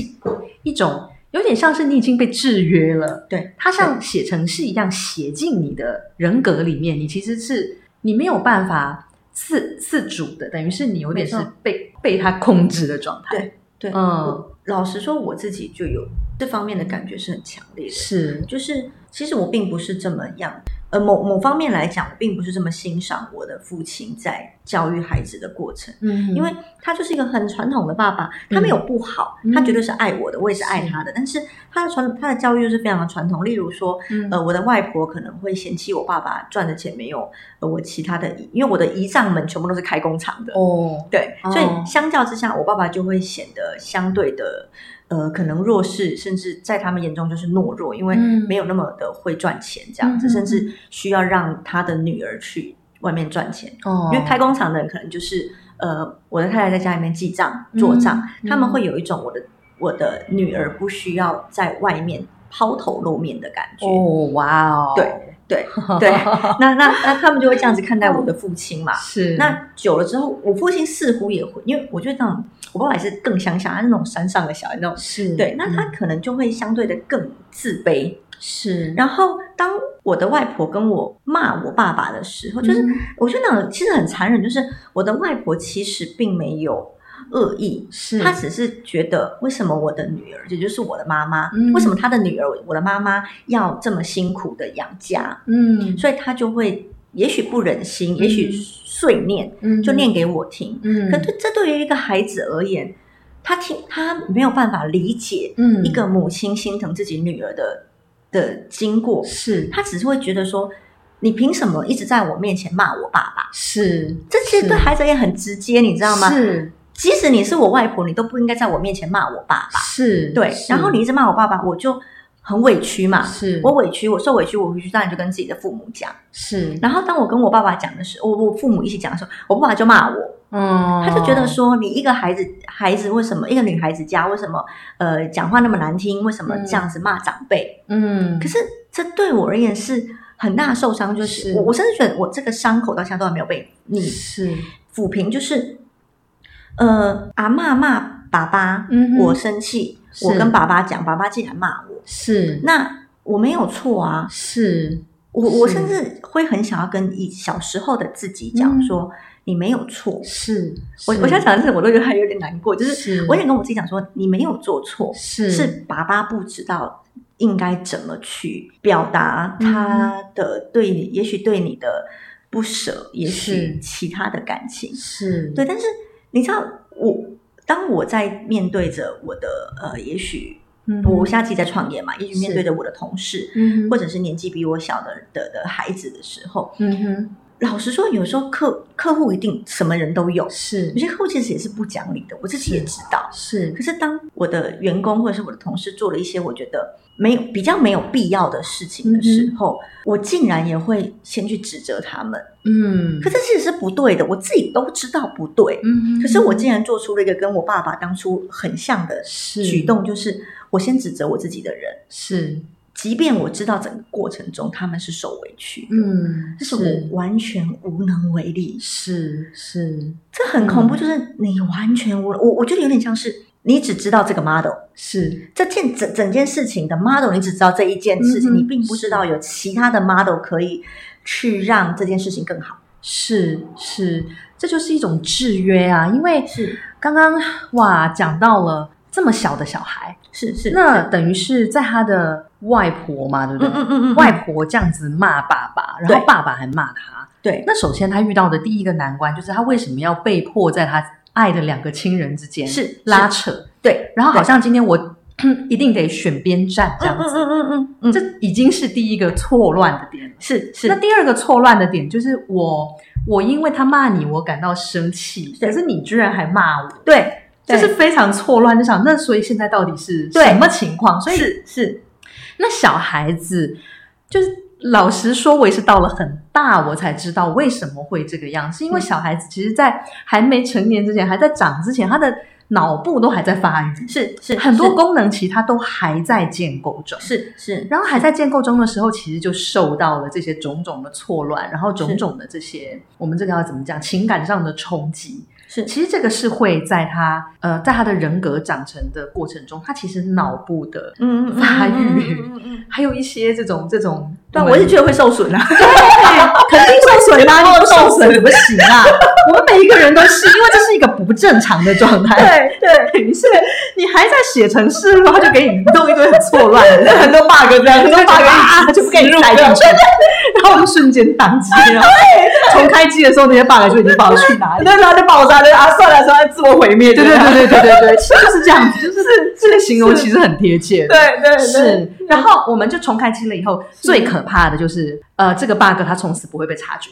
S2: 一种。有点像是你已经被制约了，
S1: 对
S2: 它像写程式一样写进你的人格里面，你其实是你没有办法自自主的，等于是你有点是
S1: 没错
S2: 被被它控制的状态。
S1: 对，
S2: 嗯
S1: 我老实说，我自己就有这方面的感觉是很强烈的。
S2: 是，
S1: 就是其实我并不是这么样，呃，某某方面来讲，我并不是这么欣赏我的父亲在教育孩子的过程，
S2: 嗯
S1: 因为他就是一个很传统的爸爸，他没有不好，
S2: 嗯
S1: 他绝对是爱我的，我也是爱他的，但是他的传他的教育就是非常的传统，例如说，
S2: 嗯
S1: 呃，我的外婆可能会嫌弃我爸爸赚的钱没有呃我其他的姨，因为我的姨丈们全部都是开工厂的，
S2: 哦，
S1: 对，
S2: 哦
S1: 所以相较之下，我爸爸就会显得相对的，呃，可能弱势，甚至在他们眼中就是懦弱，因为
S2: 嗯
S1: 没有那么的会赚钱这样子，
S2: 嗯嗯
S1: 甚至需要让他的女儿去外面赚钱，
S2: 哦，
S1: 因为开工厂的人可能就是，呃，我的太太在家里面记账做账，
S2: 嗯
S1: 他们会有一种我的我的女儿不需要在外面抛头露面的感觉。
S2: 哦，哇哦，
S1: 对对对，那那那他们就会这样子看待我的父亲嘛，
S2: 是
S1: 那久了之后，我父亲似乎也会，因为我觉得那种我爸爸也是更乡下，他是那种山上的小孩那种。
S2: 是
S1: 对，那他
S2: 嗯
S1: 可能就会相对的更自卑。
S2: 是
S1: 然后，当我的外婆跟我骂我爸爸的时候，就是
S2: 嗯
S1: 我觉得那种其实很残忍，就是我的外婆其实并没有恶意，
S2: 是
S1: 她只是觉得为什么我的女儿，也就是我的妈妈，
S2: 嗯
S1: 为什么她的女儿，我的妈妈要这么辛苦的养家，
S2: 嗯
S1: 所以她就会也许不忍心，也许
S2: 嗯
S1: 碎念，
S2: 嗯
S1: 就念给我听。
S2: 嗯
S1: 可对这对于一个孩子而言，他听他没有办法理解
S2: 嗯
S1: 一个母亲心疼自己女儿的的经过，
S2: 是
S1: 他只是会觉得说。你凭什么一直在我面前骂我爸爸？
S2: 是
S1: 这其实
S2: 是
S1: 对孩子也很直接，你知
S2: 知
S1: 道吗？
S2: 是
S1: 即使你是我外婆，你都不应该在我面前骂我爸爸。
S2: 是
S1: 对，
S2: 是
S1: 然后你一直骂我爸爸，我就很委屈嘛。
S2: 是
S1: 我委屈，我受委屈，我回去当然就跟自己的父母讲。
S2: 是
S1: 然后当我跟我爸爸讲的时候，我我父母一起讲的时候，我爸爸就骂我。
S2: 嗯
S1: 他就觉得说，你一个孩子，孩子为什么一个女孩子家为什么呃讲话那么难听？为什么这样子骂长辈？
S2: 嗯
S1: 可是这对我而言是很大的受伤，就是
S2: 是
S1: 我我甚至觉得我这个伤口到现在都还没有被你
S2: 是
S1: 抚平，就是呃阿嬷骂爸爸，
S2: 嗯哼
S1: 我生气，
S2: 是
S1: 我跟爸爸讲，爸爸竟然骂我，
S2: 是
S1: 那我没有错啊，
S2: 是
S1: 我我
S2: 是
S1: 甚至会很想要跟以小时候的自己讲说，你你没有错。
S2: 嗯是
S1: 我我现在讲的是，我都觉得还有点难过，就是
S2: 是
S1: 我想跟我自己讲说，你没有做错，
S2: 是
S1: 是爸爸不知道应该怎么去表达
S2: 嗯
S1: 他的对你，也许对你的不舍，也许
S2: 是
S1: 其他的感情。
S2: 是
S1: 对，但是你知道，我当我在面对着我的呃，也许
S2: 嗯
S1: 我现在自己在创业嘛，也许面
S2: 是
S1: 对着我的同事。
S2: 嗯
S1: 或
S2: 者
S1: 者是年纪比我小的的的孩子的时候，
S2: 嗯哼
S1: 老实说，有时候客客户一定什么人都有，
S2: 是
S1: 有些客户其实也是不讲理的，我自己也知道。
S2: 是
S1: 可是当我的员工或者是我的同事做了一些我觉得没有比较没有必要的事情的时候，我竟然也会先去指责他们。
S2: 嗯
S1: 可这其实是不对的，我自己都知道不对。
S2: 嗯
S1: 可是我竟然做出了一个跟我爸爸当初很像的
S2: 是
S1: 举动，就是我先指责我自己的人，
S2: 是
S1: 即便我知道整个过程中他们是受委屈的，
S2: 嗯
S1: 但是我完全无能为力。
S2: 是是
S1: 这很恐怖，就是你完全无我，我觉得有点像是你只知道这个 model，
S2: 是
S1: 这件整整件事情的 model，你只知道这一件事情，
S2: 嗯哼
S1: 你并不知道有其他的 model 可以去让这件事情更好。
S2: 是是，这就是一种制约啊！因为
S1: 是
S2: 刚刚哇讲到了这么小的小孩，
S1: 是是，
S2: 那等于是在他的外婆嘛，对不对？
S1: 嗯嗯嗯嗯，
S2: 外婆这样子骂爸爸，然
S1: 对
S2: 后爸爸还骂他。
S1: 对
S2: 那首先他遇到的第一个难关就是他为什么要被迫在他爱的两个亲人之间
S1: 是是
S2: 拉扯，
S1: 对，
S2: 然后好像今天我 一定得选边站
S1: 嗯
S2: 这样
S1: 嗯
S2: 子，
S1: 嗯嗯嗯嗯，
S2: 这已经是第一个错乱的点了。
S1: 是
S2: 那
S1: 是
S2: 第二个错乱的点就是我，我因为他骂你，我感到生气，
S1: 对
S2: 可是你居然还骂我，
S1: 对，
S2: 这
S1: 对
S2: 是非常错乱。就想那所以现在到底是
S1: 对
S2: 什么情况？所以
S1: 是是
S2: 那小孩子就是。老实说，我也是到了很大，我才知道为什么会这个样，是因为
S1: 嗯
S2: 小孩子其实，在还没成年之前，还在长之前，他的脑部都还在发育，
S1: 是是，
S2: 很多功能其实他都还在建构中。
S1: 是是
S2: 然后还在建构中的时候，其实就受到了这些种种的错乱，然后种种的这些我们这个要怎么讲情感上的冲击。
S1: 是是
S2: 其实这个是会在他呃，在他的人格长成的过程中，他其实脑部的
S1: 嗯嗯嗯
S2: 发
S1: 嗯嗯
S2: 育
S1: 嗯嗯嗯嗯
S2: 还有一些这种这种，
S1: 但我是觉得会受损啊，
S2: 肯定受损啦，你不受损
S1: 损
S2: 怎么行啊？ 我们每一个人都是，因为这是一个不正常的状态。
S1: 对 对，
S2: 对，是你还在写程式，然后就给你弄一堆很错乱 的，很多 bug 这样，很多 bug 啊，就不给你塞进去，然后就瞬间宕机，
S1: 啊
S2: 然后重开机的时候那些 bug 就已经不知道去哪里。
S1: 那然后就爆炸，就啊算了算了，自我毁灭，
S2: 对对对对对对对，其实就是这样子，就是这个形容其实很贴切的。
S1: 对对
S2: 是，然后我们就重开机了以后，最可怕的就是，呃，这个 bug 它从此不会被察觉，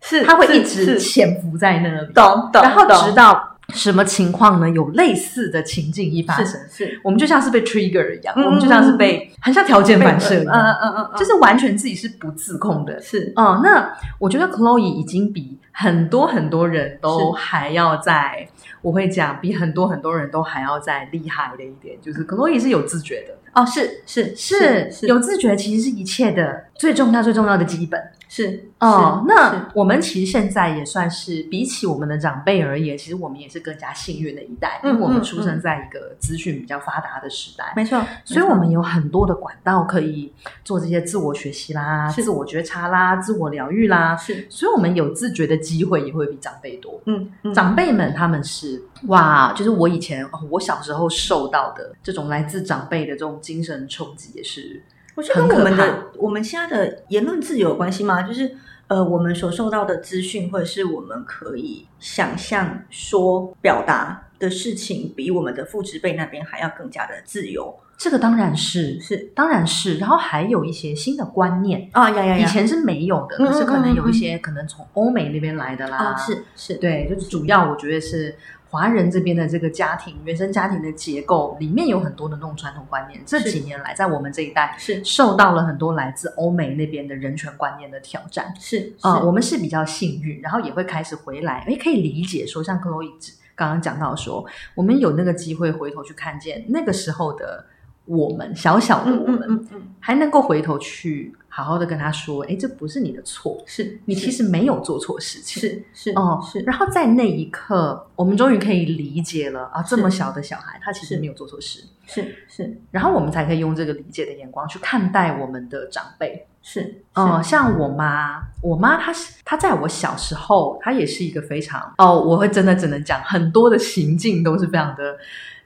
S1: 是，
S2: 它会
S1: 是
S2: 一直
S1: 是
S2: 潜伏在那里，
S1: 懂懂，
S2: 然后
S1: 懂
S2: 直到什么情况呢？有类似的情境一发生
S1: 是，是，
S2: 我们就像是被 trigger 一样，
S1: 嗯
S2: 我们就像是被很像条件反射一
S1: 嗯嗯
S2: 样，
S1: 嗯嗯嗯，
S2: 就是完全自己是不自控的。
S1: 是
S2: 哦，那我觉得 Chloe 已经比很多很多人都还要在，我会讲比很多很多人都还要再厉害的一点，就是 Chloe 是有自觉的，
S1: 哦，是是
S2: 是
S1: 是
S2: 有自觉，其实是一切的最重要最重要的基本。
S1: 是
S2: 哦，
S1: 是
S2: 那我们其实现在也算是比起我们的长辈而言，其实我们也是更加幸运的一代，因
S1: 嗯
S2: 为我们
S1: 嗯
S2: 出生在一个资讯比较发达的时代，
S1: 没错，
S2: 所以
S1: 没错
S2: 我们有很多的管道可以做这些自我学习啦、
S1: 是
S2: 自我觉察啦、自我疗愈啦，
S1: 是
S2: 所以我们有自觉的机会也会比长辈多。
S1: 嗯嗯
S2: 长辈们他们是哇，就是我以前、哦我小时候受到的这种来自长辈的这种精神冲击，也是
S1: 我觉得
S2: 很
S1: 跟我
S2: 可
S1: 们
S2: 怕
S1: 的我们现在的言论自由有关系吗？就是呃，我们所受到的资讯，或者是我们可以想象说表达的事情，比我们的父职辈那边还要更加的自由。
S2: 这个当然是
S1: 是
S2: 当然是，然后还有一些新的观念，
S1: 啊呀呀呀，
S2: 以前是没有的，
S1: 嗯
S2: 可是可
S1: 嗯嗯
S2: 能
S1: 嗯
S2: 有一些可能从欧美那边来的啦，
S1: 啊是是，
S2: 对，就是主要我觉得是华人这边的这个家庭原生家庭的结构里面有很多的那种传统观念，这
S1: 是
S2: 几年来在我们这一代
S1: 是
S2: 受到了很多来自欧美那边的人权观念的挑战。
S1: 是哦
S2: 啊、
S1: 是
S2: 我们是比较幸运，然后也会开始回来，诶，可以理解说，像 Chloe 刚刚讲到说，我们有那个机会回头去看见那个时候的我们，小小的
S1: 嗯
S2: 我
S1: 嗯
S2: 们，
S1: 嗯嗯
S2: 还能够回头去好好的跟他说，诶，这不是你的错，
S1: 是，
S2: 你其
S1: 实
S2: 实没有做错事情。
S1: 是是
S2: 哦，
S1: 是
S2: 然后在那一刻，我们终于可以理解了啊，这么
S1: 是
S2: 小的小孩，他其实
S1: 是
S2: 没有做错事，
S1: 是是
S2: 然后我们才可以用这个理解的眼光去看待我们的长辈，
S1: 是，
S2: 嗯，像我妈，我妈她是她在我小时候，她也是一个非常哦，我会真的只能讲很多的行径都是非常的，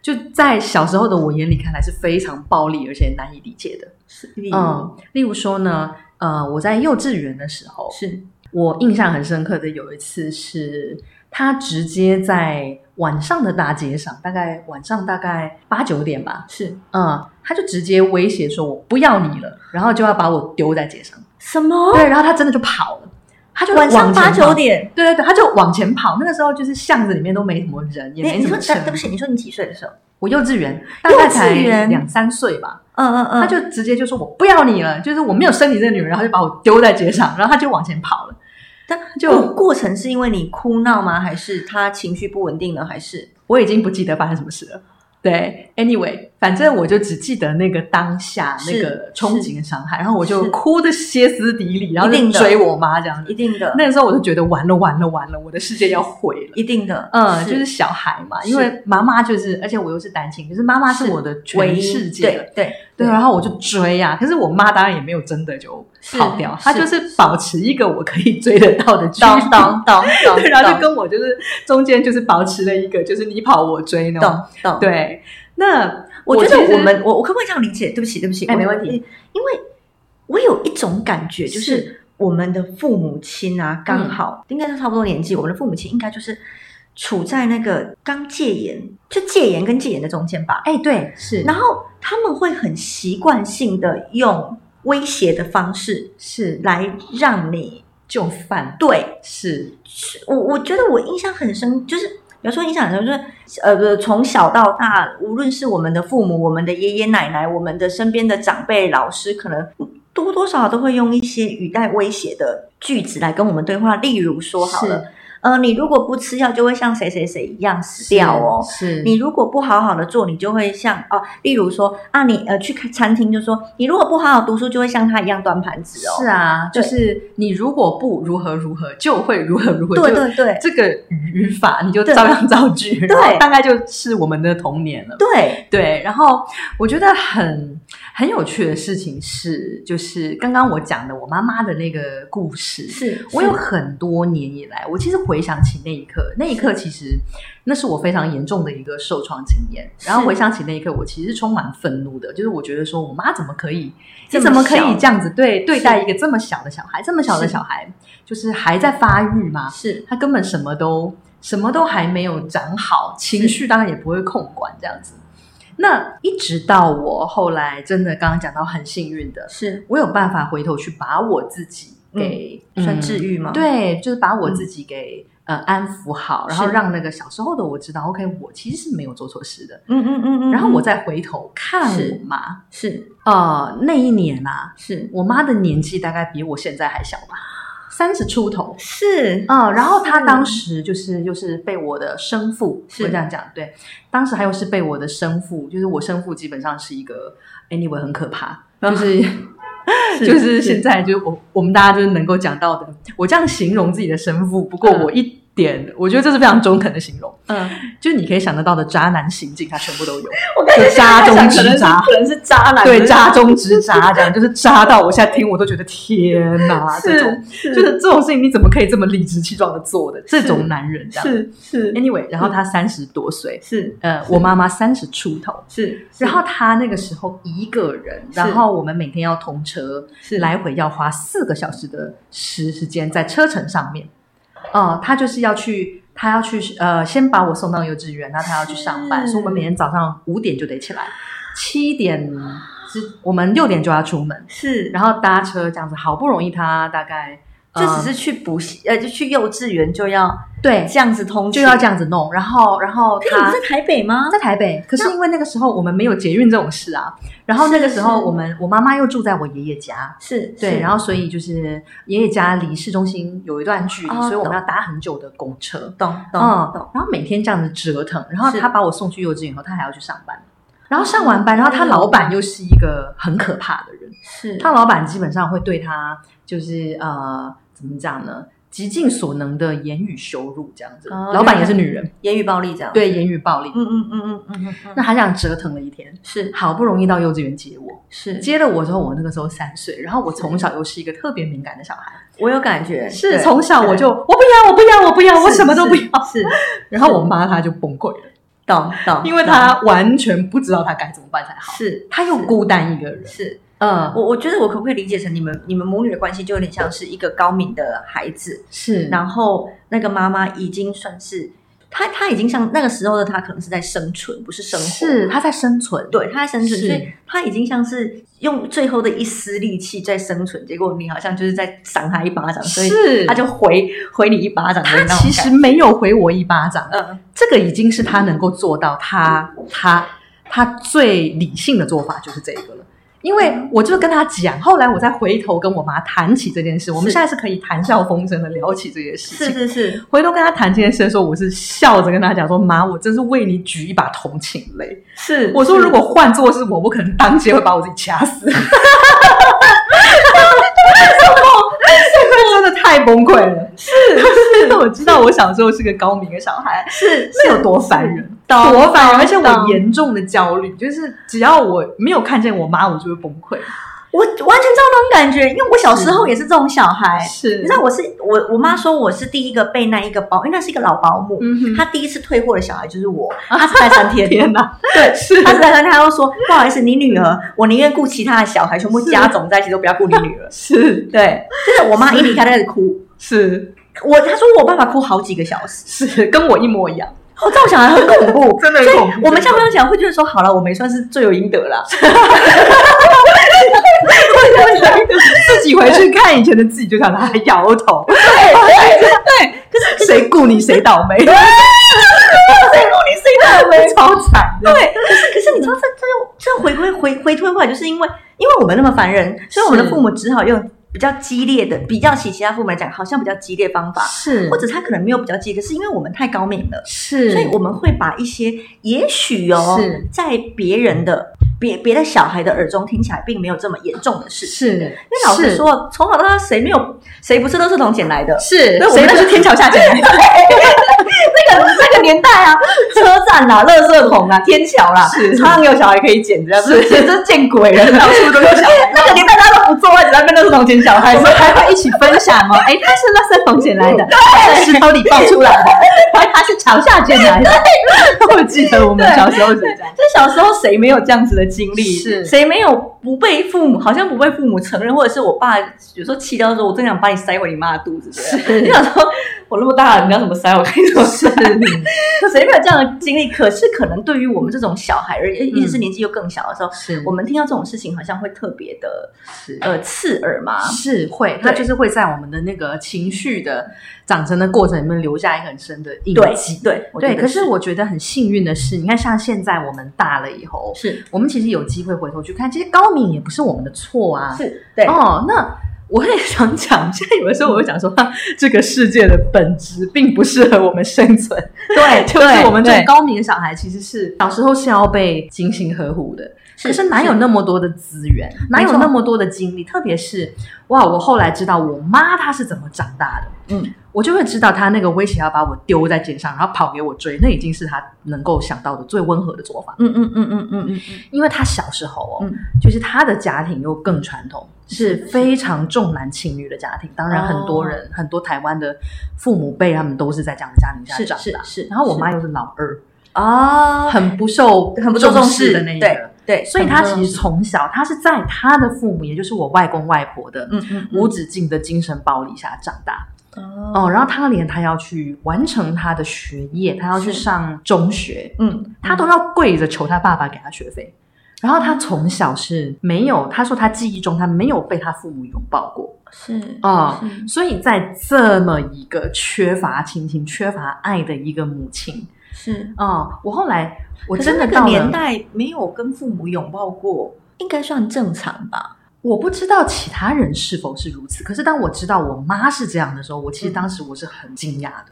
S2: 就在小时候的我眼里看来是非常暴力而且难以理解的。
S1: 是，哦例如
S2: 嗯，例如说呢，呃，我在幼稚园的时候，
S1: 是
S2: 我印象很深刻的有一次是，他直接在晚上的大街上，大概晚上大概八九点吧，
S1: 是
S2: 嗯，他就直接威胁说我不要你了，然后就要把我丢在街上。
S1: 什么？
S2: 对，然后他真的就跑了，他就
S1: 哦晚上
S2: 往前
S1: 八九
S2: 跑，
S1: 点？
S2: 对对对，他就往前跑。那个时候就是巷子里面都没什么人，也
S1: 你
S2: 没
S1: 你
S2: 什
S1: 说
S2: 么车
S1: 对。不起，你说你几岁的时候？
S2: 我幼稚园大
S1: 幼
S2: 概
S1: 稚
S2: 才
S1: 园
S2: 两三岁吧，
S1: 嗯嗯嗯，
S2: 他就直接就说我不要你了，就是我没有生你这个女人，然后就把我丢在街上，然后他就往前跑了。
S1: 但
S2: 就
S1: 过过程是因为你哭闹吗？还是他情绪不稳定呢？还是
S2: 我已经不记得发生什么事了。对，anyway，反正我就只记得那个当下
S1: 是
S2: 那个憧憬的伤害，然后我
S1: 是
S2: 就哭的歇斯底里，然后
S1: 一定
S2: 就
S1: 的
S2: 追我妈这样
S1: 一
S2: 子。
S1: 定的，
S2: 那个时候我就觉得完了完了完了，我的世界要毁了。
S1: 一定的，
S2: 嗯，就是小孩嘛，因为妈妈就是，而且我又是单亲，就是妈妈是
S1: 是
S2: 我的
S1: 唯
S2: 全
S1: 一
S2: 世界了
S1: 对对
S2: 对，然后我就追呀、啊，可是我妈当然也没有真的就是跑掉，
S1: 是
S2: 她就是保持一个我可以追得到的距离，
S1: 当当当当，
S2: 对，然后就跟我就是中间就是保持了一个就是你跑我追那种
S1: 懂懂。懂，
S2: 对，那
S1: 我觉
S2: 其
S1: 得
S2: 实
S1: 我们我我可不可以这样理解？对不起，对不起，
S2: 哎
S1: 我
S2: 没问题。
S1: 因为我有一种感觉，就是是我们的父母亲啊，刚
S2: 嗯
S1: 好应该都差不多年纪，我们的父母亲应该就是处在那个刚戒严，就戒严跟戒严的中间吧。
S2: 哎，对，是
S1: 然后他们会很习惯性的用威胁的方式
S2: 是
S1: 来让你
S2: 就范
S1: 对
S2: 是
S1: 我，我觉得我印象很深，就是比如说印象很深，就是呃，不是从小到大，无论是我们的父母、我们的爷爷奶奶、我们的身边的长辈、老师，可能多多少少都会用一些语带威胁的句子来跟我们对话。例如说好了，呃，你如果不吃药，就会像谁谁谁一样死掉哦。
S2: 是
S1: 你如果不好好的做，你就会像哦，例如说啊，你呃去看餐厅就说，你如果不好好读书，就会像他一样端盘子哦。
S2: 是啊，就
S1: 对
S2: 是你如果不如何如何，就会如何如何，
S1: 对
S2: 就
S1: 对对
S2: 这个语语法你就
S1: 对
S2: 照样造 句，
S1: 对
S2: 然后大概就是我们的童年了。
S1: 对，
S2: 对，然后我觉得很很有趣的事情是，就是刚刚我讲的我妈妈的那个故事，
S1: 是
S2: 我有很多年以来，我其实回想起那一刻，那一刻其实那是我非常严重的一个受创经验。然后回想起那一刻，我其实是充满愤怒的，就是我觉得说我妈怎么可以，
S1: 这
S2: 你
S1: 么
S2: 怎么可
S1: 小
S2: 以这样子对对
S1: 是
S2: 待一个这么小的小孩，这么小的
S1: 是
S2: 小孩，就是还在发育嘛，
S1: 是
S2: 他根本什么都什么都还没有长好，情绪当然也不会控管这样子。那一直到我后来真的刚刚讲到很幸运的，
S1: 是
S2: 我有办法回头去把我自己给、
S1: 嗯算
S2: 治
S1: 治
S2: 愈。
S1: 愈吗？，嗯
S2: 对，就是把我自己给、呃安抚好，然后
S1: 是
S2: 让那个小时候的我知道，OK，我其实是没有做错事的。
S1: 嗯嗯嗯嗯。
S2: 然后
S1: 嗯
S2: 我再回头看
S1: 是
S2: 我妈，
S1: 是
S2: 呃，那一年啊，
S1: 是
S2: 我妈的年纪大概比我现在还小吧，三十出头。
S1: 是
S2: 嗯，然后她
S1: 哦是
S2: 当时就是就是被我的生父，
S1: 是
S2: 我这样讲，对，当时还有是被我的生父，就是我生父基本上是一个，anyway 很可怕，就是 就是现在就是我我们大家就是能够讲到的，我这样形容自己的生父，不过
S1: 嗯
S2: 我一点、我觉得这是非常中肯的形容，
S1: 嗯，
S2: 就是你可以想得到的渣男行径，他全 部都有，
S1: 我感觉
S2: 就渣
S1: 现在
S2: 中
S1: 想
S2: 之渣
S1: 可能是渣男
S2: 对，渣中之渣，这样就是渣到我现在听我都觉得天哪，这种
S1: 是是
S2: 就是这种事情你怎么可以这么理直气壮的做的？这种男人这样。
S1: 是嗯是
S2: Anyway，然后他三十多岁，
S1: 是
S2: 呃，我妈妈三十出头，
S1: 是，
S2: 然后他那个时候一个人，
S1: 是
S2: 然后我们每天要通车，
S1: 是
S2: 来回要花四个小时的时时间在车程上面。哦、他就是要去，他要去呃，先把我送到幼稚园，然后他要去上班，
S1: 是
S2: 所以我们每天早上五点就得起来，七点之我们六点就要出门，
S1: 是，然
S2: 然后搭车这样子，好不容易他大概
S1: 后
S2: 嗯
S1: 就只是去补习呃，就去幼稚园就要
S2: 呃对
S1: 这样子通
S2: 就要这
S1: 样。
S2: 样哎子弄，然后然后
S1: 可是你
S2: 他
S1: 不是在台北吗？
S2: 在台北，可是因为那个时候我们没有捷运这种事啊，然后那个时候
S1: 是
S2: 我们我妈妈又住在我爷爷家，
S1: 是
S2: 对，然
S1: 后
S2: 后所以就是爷爷家离市中心有一段距离，
S1: 哦
S2: 所以我
S1: 懂
S2: 们要搭很久的公车，
S1: 懂
S2: 嗯
S1: 懂懂，，
S2: 然后每天这样子折腾，然后
S1: 是哦
S2: 他把我送去幼稚园以后，他还要去上班，然后上完班，然后
S1: 哎
S2: 他老板又是一个很可怕的人，
S1: 是
S2: 他老板基本上会对他就是呃怎么讲呢？极尽所能的言语羞辱这样子。
S1: 哦
S2: 老板也是女人，
S1: 言语暴力这样。，
S2: 对言语暴力。
S1: 嗯嗯嗯嗯嗯嗯，
S2: 那他这样折腾了一天，
S1: 是
S2: 好不容易到幼稚园接我，
S1: 是，
S2: 接了我之后，我那个时候三岁，然后我从小又是一个特别敏感的小孩，
S1: 我有感觉，
S2: 是
S1: 对
S2: 从小我就
S1: 对
S2: 我不要，我不要，我不要，我
S1: 是
S2: 什么都不要。
S1: 是
S2: 然后我妈她就崩溃了，
S1: 懂懂，
S2: 因为她完全不知道她该怎么办才好，
S1: 是
S2: 她又孤单一个人。
S1: 是
S2: 嗯，
S1: 我我觉得我可不可以理解成你们你们母女的关系就有点像是一个高敏的孩子，
S2: 是，
S1: 然后那个妈妈已经算是她她已经像那个时候的她可能是在生存，不是生活，
S2: 是她在生存，
S1: 对她在生存，
S2: 是
S1: 所以她已经像是用最后的一丝力气在生存，结果你好像就是在赏她一巴掌，所以
S2: 是
S1: 她就回回你一巴掌的
S2: 他
S1: 那种感觉。
S2: 其实没有回我一巴掌，
S1: 嗯
S2: 这个已经是他能够做到他他他最理性的做法就是这个了。因为我就跟他讲，后来我再回头跟我妈谈起这件事，我们
S1: 是
S2: 现在是可以谈笑风生的聊起这件事
S1: 是
S2: 情。
S1: 是是，
S2: 回头跟他谈这件事的时候，我是笑着跟他讲说：“妈，我真是为你举一把同情泪。”
S1: 是
S2: 我说：“如果换做是我，我可能当街会把我自己 掐死。” 为什么？为什么真的太崩溃了？是， 是，我知道我小时候是个高明的小孩，
S1: 是
S2: 那有多烦人，
S1: 懂
S2: 多烦人！
S1: 懂
S2: 而且我
S1: 懂
S2: 严重的焦虑，就是只要我没有看见我妈，我就会崩溃。
S1: 我完全知道那种感觉，因为我小时候也是这种小孩。
S2: 是
S1: 你知道我是我我妈说我是第一个被那一个保，因为那是一个老保姆，
S2: 嗯哼
S1: 她第一次退货的小孩就是我，她是待三天，
S2: 天哪，
S1: 对，
S2: 是
S1: 她是待三天，她又说不好意思，你女儿，我宁愿顾其他的小孩，全部
S2: 是。
S1: 加总在一起都不要顾你女儿
S2: 是
S1: 对，就是我妈一离开她就开始哭，
S2: 是
S1: 我她说我爸爸哭好几个小时，
S2: 是，跟我一模一样，
S1: 哦，这种小孩很恐怖，
S2: 真的很
S1: 所以
S2: 恐怖
S1: 我们像刚刚讲，会觉得说，好了，我们也算是罪有应得啦。
S2: 自己回去看以前的自己，就想他摇头，
S1: 可是
S2: 谁顾你谁倒霉，
S1: 谁顾你谁倒霉？
S2: 超惨的。
S1: 对，可是可是你知道这这又这回归回回推回来，就是因为因为我们那么烦人，所以我们的
S2: 是
S1: 父母只好用比较激烈的，比较起其他父母来讲，好像比较激烈的方法，
S2: 是
S1: 或者他可能没有比较激烈，是因为我们太高明了，
S2: 是
S1: 所以我们会把一些也许哦
S2: 是，
S1: 在别人的别别的小孩的耳中听起来并没有这么严重的事情。
S2: 是，因
S1: 因为老实说，从小到大谁没有谁不是垃圾桶捡来的？
S2: 是
S1: 对我
S2: 谁
S1: 们
S2: 都
S1: 就是是
S2: 天桥下捡来的，
S1: 那个那个年 代啊，车站啦、垃圾桶啦、天桥啦，
S2: 是
S1: 常常有小孩可以捡，这样子
S2: 是
S1: 简直见鬼啊了， 到处都有小孩。那个年代大家都不做爱，只在那边垃圾桶捡小孩，
S2: 我
S1: 说
S2: 们还会一起分享哦。哎，他是垃圾桶捡来的，他在石头里爆出来的，哎，他是桥下捡来的。我记得我们小时候是这样。
S1: 这小时候谁没有这样子的经历？
S2: 是
S1: 谁没有不被父母好像不被父母承认，或者是我爸有时候气到说，我真想把你塞回你妈的肚子。 对不对
S2: 是
S1: 你想说，我那么大了，你要怎么塞？我可以怎么塞？谁没有这样的经历？可是可能对于我们这种小孩而言，尤其是年纪又更小的时候，
S2: 是
S1: 我们听到这种事情好像会特别的
S2: 是
S1: 呃刺耳嘛。
S2: 是会，它
S1: 对
S2: 就是会在我们的那个情绪的长成的过程里面留下一个很深的印
S1: 对
S2: 记。
S1: 对我
S2: 对，
S1: 觉得
S2: 可是我觉得很幸运的是，你看，像现在我们大了以后，
S1: 是
S2: 我们其实有机会回头去看，其实高敏也不是我们的错啊。
S1: 是，对，
S2: 哦，那我也想讲，现在有的时候我会讲说，哈这个世界的本质并不适合我们生存。
S1: 对，
S2: 就是我们这
S1: 对
S2: 种高敏的小孩，其实是小时候是要被精心呵护的。可是哪有那么多的资源，哪有那么多的精力？特别是哇，我后来知道我妈她是怎么长大的，
S1: 嗯，
S2: 我就会知道她那个威胁要把我丢在街上，然后跑给我追，那已经是她能够想到的最温和的做法。
S1: 嗯嗯嗯嗯嗯嗯嗯，
S2: 因为她小时候哦，
S1: 嗯
S2: 就是她的家庭又更传统，是非常重男轻女的家庭。当然，
S1: 哦
S2: 很多人、很多台湾的父母辈他们都是在这样的家庭下
S1: 是
S2: 长
S1: 是
S2: 大。
S1: 是。
S2: 然后我妈又是老二，
S1: 哦，
S2: 很不受
S1: 很不受重
S2: 视
S1: 视
S2: 的那一
S1: 对
S2: 个。
S1: 对，
S2: 所以她其实从小，她是在她的父母，也就是我外公外婆的
S1: 嗯嗯
S2: 无止境的精神暴力下长大。
S1: 嗯
S2: 哦，然后她连她要去完成她的学业，她要去
S1: 是
S2: 上中学，
S1: 嗯，
S2: 她都要跪着求她爸爸给她学费。然后她从小是没有，她说她记忆中她没有被她父母拥抱过。
S1: 是
S2: 哦
S1: 是
S2: 所以在这么一个缺乏亲情、缺乏爱的一个母亲，
S1: 是，
S2: 哦，我后来我
S1: 可是
S2: 真
S1: 那
S2: 的
S1: 个
S2: 到
S1: 年
S2: 了
S1: 代没有跟父母拥抱过，应该算正常吧？
S2: 我不知道其他人是否是如此，可是当我知道我妈是这样的时候，我其实当时我是很惊讶的。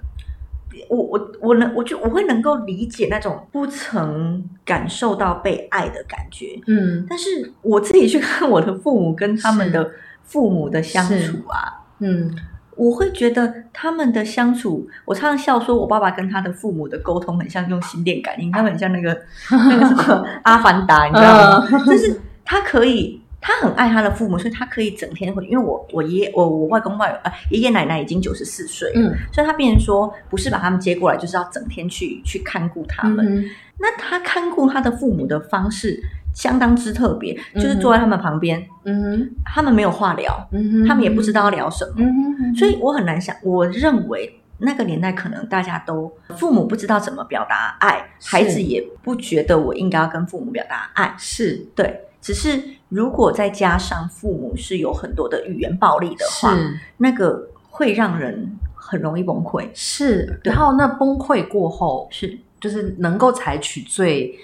S1: 我我我能，我就我会能够理解那种不曾感受到被爱的感觉，
S2: 嗯
S1: 但是我自己去看我的父母跟他们的父母的相
S2: 是
S1: 处啊，
S2: 嗯，
S1: 我会觉得他们的相处，我常常笑说，我爸爸跟他的父母的沟通很像用心电感应，他们很像那个 那个什么阿凡达，你知道
S2: 嗯
S1: 吗？就是他可以，他很爱他的父母，所以他可以整天会，因为我我爷我我外公外呃爷爷奶奶已经九十四岁了，
S2: 嗯，
S1: 所以他变成说，不是把他们接过来，就是要整天去去看顾他
S2: 他
S1: 们。
S2: 们
S1: 那他看顾他的父母的方式相当之特别，就是
S2: 嗯哼
S1: 坐在他们旁边，
S2: 嗯哼
S1: 他们没有话聊，
S2: 嗯哼
S1: 他们也不知道要聊什么，
S2: 嗯哼，
S1: 所以我很难想。我认为那个年代可能大家都父母不知道怎么表达爱，
S2: 是
S1: 孩子也不觉得我应该要跟父母表达爱，
S2: 是
S1: 对。只是如果再加上父母是有很多的语言暴力的话，
S2: 是
S1: 那个会让人很容易崩溃。
S2: 是，
S1: 对
S2: 然后那崩溃过后，
S1: 是
S2: 就是能够采取最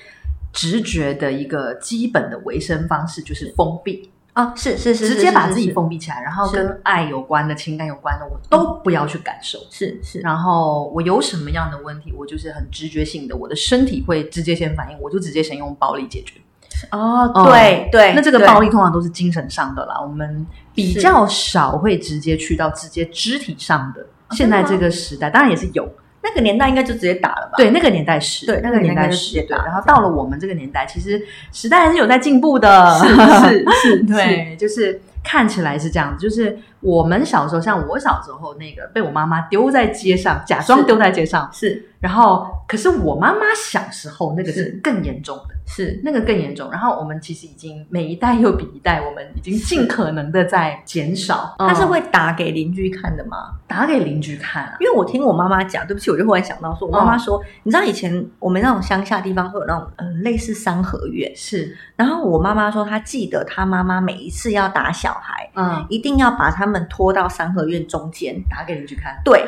S2: 直觉的一个基本的维生方式，就是封闭，
S1: 啊，是是是，
S2: 直
S1: 是
S2: 接
S1: 是
S2: 把
S1: 是
S2: 自己
S1: 是
S2: 封闭起来，然后
S1: 是
S2: 跟爱有关的、情感有关的，我都不要去感受。
S1: 是是
S2: 然后我有什么样的问题，我就是很直觉性的，我的身体会直接先反应，我就直接先用暴力解决。
S1: 哦，
S2: 哦
S1: 对对，
S2: 那这个
S1: 对
S2: 暴力通常都是精神上的啦，我们比较少会直接去到直接肢体上的。
S1: 哦
S2: 现在这个时代当然也是有，
S1: 那个年代应该就直接打了吧？
S2: 对那个年代是，
S1: 对
S2: 那个年代
S1: 那个年代就直
S2: 是
S1: 接
S2: 对。
S1: 打
S2: 然后到了我们这个年代，其实时代还是有在进步的，
S1: 是是 是，
S2: 对，就是看起来是这样子。就是我们小时候，像我小时候那个被我妈妈丢在街上，假装
S1: 是
S2: 丢在街上，
S1: 是
S2: 然后可是我妈妈小时候那个是
S1: 是
S2: 更严重的。
S1: 是
S2: 那个更严重。然后我们其实已经每一代又比一代，我们已经尽可能的在减少。
S1: 他是
S2: 嗯
S1: 会打给邻居看的吗？
S2: 打给邻居看啊，
S1: 因为我听我妈妈讲，对不起，我就忽然想到说，我妈妈
S2: 嗯
S1: 说，你知道以前我们那种乡下地方会有那种嗯类似三合院，
S2: 是，
S1: 然后我妈妈说她记得她妈妈每一次要打小孩，
S2: 嗯，
S1: 一定要把他们拖到三合院中间。
S2: 打给邻居看。嗯
S1: 对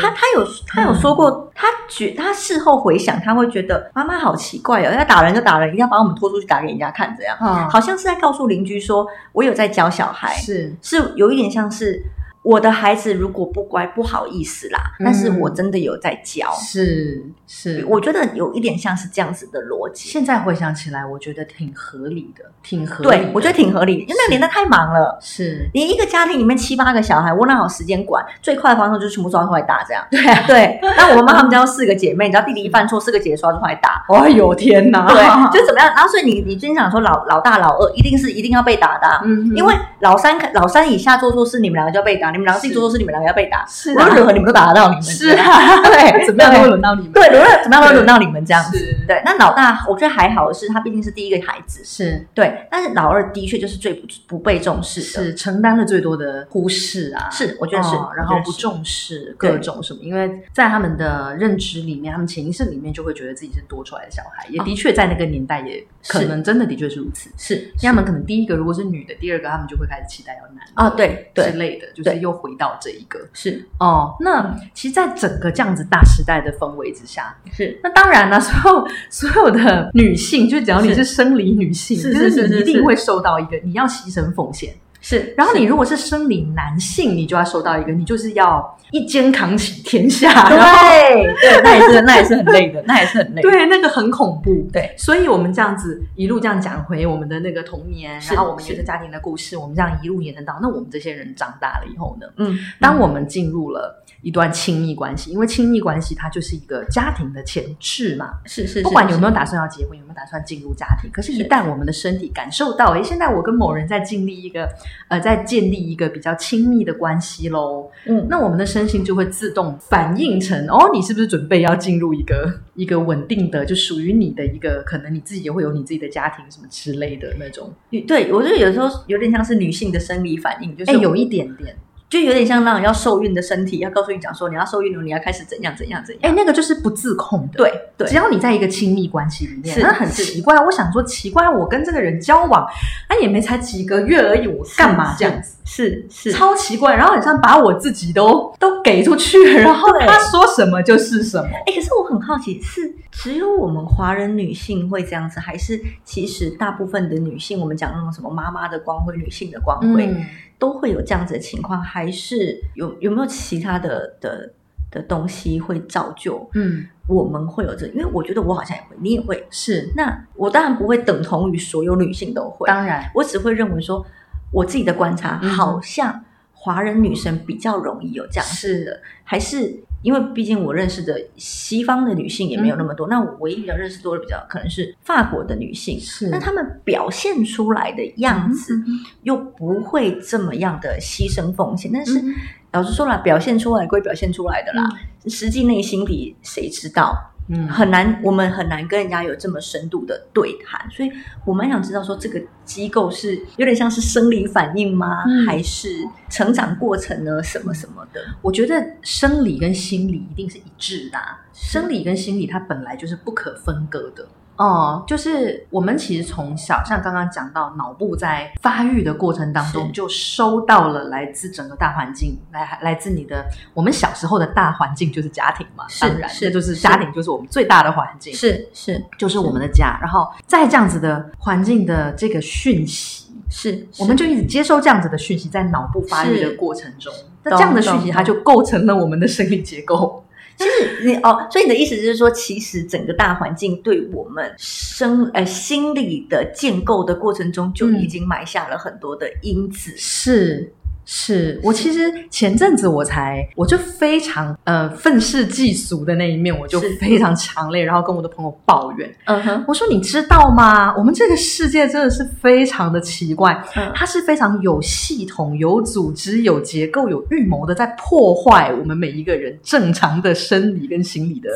S1: 她，她有她有说过，她觉她事后回想，她会觉得妈妈好奇怪哦，要打人就打人，一定要把我们拖出去打给人家看，这样。
S2: 嗯，
S1: 好像是在告诉邻居说，我有在教小孩，
S2: 是，
S1: 是有一点像是我的孩子如果不乖，不好意思啦，
S2: 嗯
S1: 但是我真的有在教，
S2: 是是，
S1: 我觉得有一点像是这样子的逻辑。
S2: 现在回想起来，我觉得挺合理的，挺合理
S1: 对，我觉得挺合理的，因为那个年代太忙了，
S2: 是。
S1: 你一个家庭里面七八个小孩，我哪有时间管？最快的方式就是全部抓出来打，这样。
S2: 对啊，
S1: 对，那我妈妈他们家有四个姐妹，你知道弟弟一犯错，四个姐姐抓出来 打。
S2: 哎呦天哪！
S1: 对，就怎么样？然后所以你你经常说老老大老二一定是一定要被打的啊、
S2: 嗯
S1: 因为老三老三以下做错事，你们两个就要被打；你们两个自己做错事，你们两个要被打。
S2: 是
S1: 无
S2: 啊
S1: 论如何，你们都打得到你们。
S2: 是啊，
S1: 对，
S2: 怎么样都会
S1: 对
S2: 轮到 你们。
S1: 对，无论怎么样都会轮到你们这样子。
S2: 是
S1: 对，那老大我觉得还好的是，他毕竟是第一个孩子，
S2: 是
S1: 对。但是老二的确就是最不不被重视的，
S2: 是承担了最多的忽视啊，
S1: 是，我觉得是
S2: 哦，然
S1: 我觉
S2: 后
S1: 得
S2: 不
S1: 是
S2: 重视各
S1: 对
S2: 种什么，因为在他们的认知里面，他们潜意识里面就会觉得自己是多出来的小孩，也
S1: 哦
S2: 的确在那个年代也可
S1: 是
S2: 能真的的确是如此。
S1: 是
S2: 因为他们可能第一个如果是女的，第二个他们就会开始期待要男
S1: 啊，
S2: 的
S1: 对
S2: 之
S1: 对
S2: 类的，就是
S1: 对
S2: 又回到这一个
S1: 是
S2: 哦。那其实，在整个这样子大时代的氛围之下，
S1: 是
S2: 那当然啦， 所有所有的女性，就只要你是生理女性，
S1: 是
S2: 就是
S1: 是
S2: 你一
S1: 是
S2: 定
S1: 是
S2: 会受到一个你要牺牲奉献。
S1: 是。
S2: 然后你如果是生理男性，你就要受到一个，你就是要一肩扛起天下。然后
S1: 对对，那也是那也是很累的，那也是很累的。
S2: 对，那个很恐怖。
S1: 对，
S2: 所以我们这样子一路这样讲回我们的那个童年，
S1: 是
S2: 然后我们原
S1: 是
S2: 生家庭的故事，我们这样一路延伸到，那我们这些人长大了以后呢，
S1: 嗯，
S2: 当我们进入了一段亲密关系，因为亲密关系它就是一个家庭的前置嘛，
S1: 是是，
S2: 不管有没有
S1: 有
S2: 打算要结婚，有没有打算进入家庭，可是，一旦我们的身体感受到，诶，现在我跟某人在经历一个，呃，在建立一个比较亲密的关系喽，
S1: 嗯
S2: 那我们的身心就会自动反应成，哦，你是不是准备要进入一个一个稳定的，就属于你的一个，可能你自己也会有你自己的家庭什么之类的那种，
S1: 对，我觉得有时候有点像是女性的生理反应，就是
S2: 哎，有一点点，
S1: 就有点像那种要受孕的身体，要告诉你讲说你要受孕了，你要开始怎样怎样怎
S2: 哎，
S1: 样。
S2: 那个就是不自控的，
S1: 对对
S2: 只要你在一个亲密关系里面，
S1: 是
S2: 那很
S1: 是
S2: 奇怪。我想说奇怪，我跟这个人交往，啊也没才几个月而已，我干嘛这样子？
S1: 是是
S2: 超奇怪，然后很像把我自己都都给出去，然后
S1: 对
S2: 他说什么就是什么。
S1: 哎、可是我很好奇，是只有我们华人女性会这样子，还是其实大部分的女性，我们讲那种什么妈妈的光辉、女性的光辉，
S2: 嗯，
S1: 都会有这样子的情况？还是有有没有其他的的的东西会造就
S2: 嗯，
S1: 我们会有这？因为我觉得我好像也会，你也会。
S2: 是，
S1: 那我当然不会等同于所有女性都会，
S2: 当然
S1: 我只会认为说，我自己的观察
S2: 嗯
S1: 好像。华人女生比较容易有这样子的，还是因为毕竟我认识的西方的女性也
S2: 嗯
S1: 没有那么多，那我唯一比较认识多的比较可能是法国的嗯女性，
S2: 是
S1: 那她们表现出来的样子
S2: 嗯嗯
S1: 又不会这么样的牺牲奉献，但是
S2: 嗯
S1: 老实说了，表现出来归表现出来的啦，实际内心底谁知道？
S2: 嗯，
S1: 很难，我们很难跟人家有这么深度的对谈，所以我蛮想知道说这个机构是有点像是生理反应吗，
S2: 嗯
S1: 还是成长过程呢？什么什么的？
S2: 我觉得生理跟心理一定是一致的、啊，生理跟心理它本来就是不可分割的。哦、就是我们其实从小，像刚刚讲到，脑部在发育的过程当中，
S1: 是
S2: 就收到了来自整个大环境，来来自你的我们小时候的大环境就是家庭嘛，
S1: 是
S2: 当然，
S1: 是
S2: 这就是
S1: 是
S2: 家庭就是我们最大的环境，
S1: 是是
S2: 就是我们的家。然后在这样子的环境的这个讯息，
S1: 是，
S2: 我们就一直接收这样子的讯息，在脑部发育
S1: 是
S2: 的过程中，那
S1: 懂
S2: 这样的讯息
S1: 懂
S2: 它就构成了我们的生理结构。
S1: 其实你哦，所以你的意思就是说，其实整个大环境对我们生呃心理的建构的过程中，就
S2: 嗯
S1: 已经埋下了很多的因子。
S2: 是是，我其实前阵子我才，我就非常呃愤世嫉俗的那一面，我就是非常强烈，然后跟我的朋友抱怨，
S1: 嗯哼，
S2: 我说你知道吗？我们这个世界真的是非常的奇怪，
S1: 嗯
S2: 它是非常有系统、有组织、有结构、有预谋的，在破坏我们每一个人正常的生理跟心理的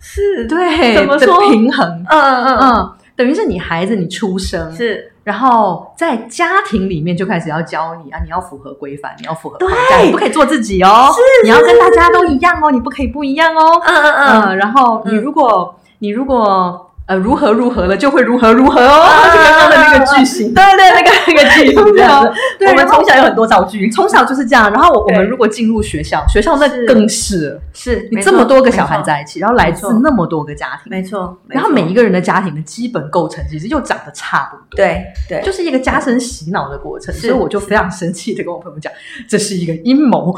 S1: 是，
S2: 对
S1: 怎么
S2: 的
S1: 说
S2: 平衡。
S1: 嗯嗯嗯，
S2: 嗯，等于是你孩子你出生，
S1: 是
S2: 然后在家庭里面就开始要教你啊，你要符合规范，你要符合
S1: 对
S2: 框架，你不可以做自己哦，你要跟大家都一样哦，你不可以不一样哦。
S1: 嗯嗯嗯。
S2: 嗯，然后你
S1: 嗯
S2: 如果你如果呃如何如何了，就会如何如何哦，就刚刚的那个句型。
S1: 对对，那个那个剧 情这样子，
S2: 对
S1: 我们
S2: 然后
S1: 从小有很多造句，
S2: 从小就是这样，然后我我
S1: 对
S2: 们如果进入学校，学校那
S1: 是
S2: 更是了
S1: 是
S2: 你这么多个小孩，在一起，然后来自
S1: 没错
S2: 那么多个家庭，
S1: 没错，没错
S2: 然后每一
S1: 个
S2: 个人的家庭的基本构成其实又长得差不多。
S1: 对对，
S2: 就是一个加深洗脑的过程，
S1: 是
S2: 所以我就非常生气的跟我朋友讲，这是一个阴谋，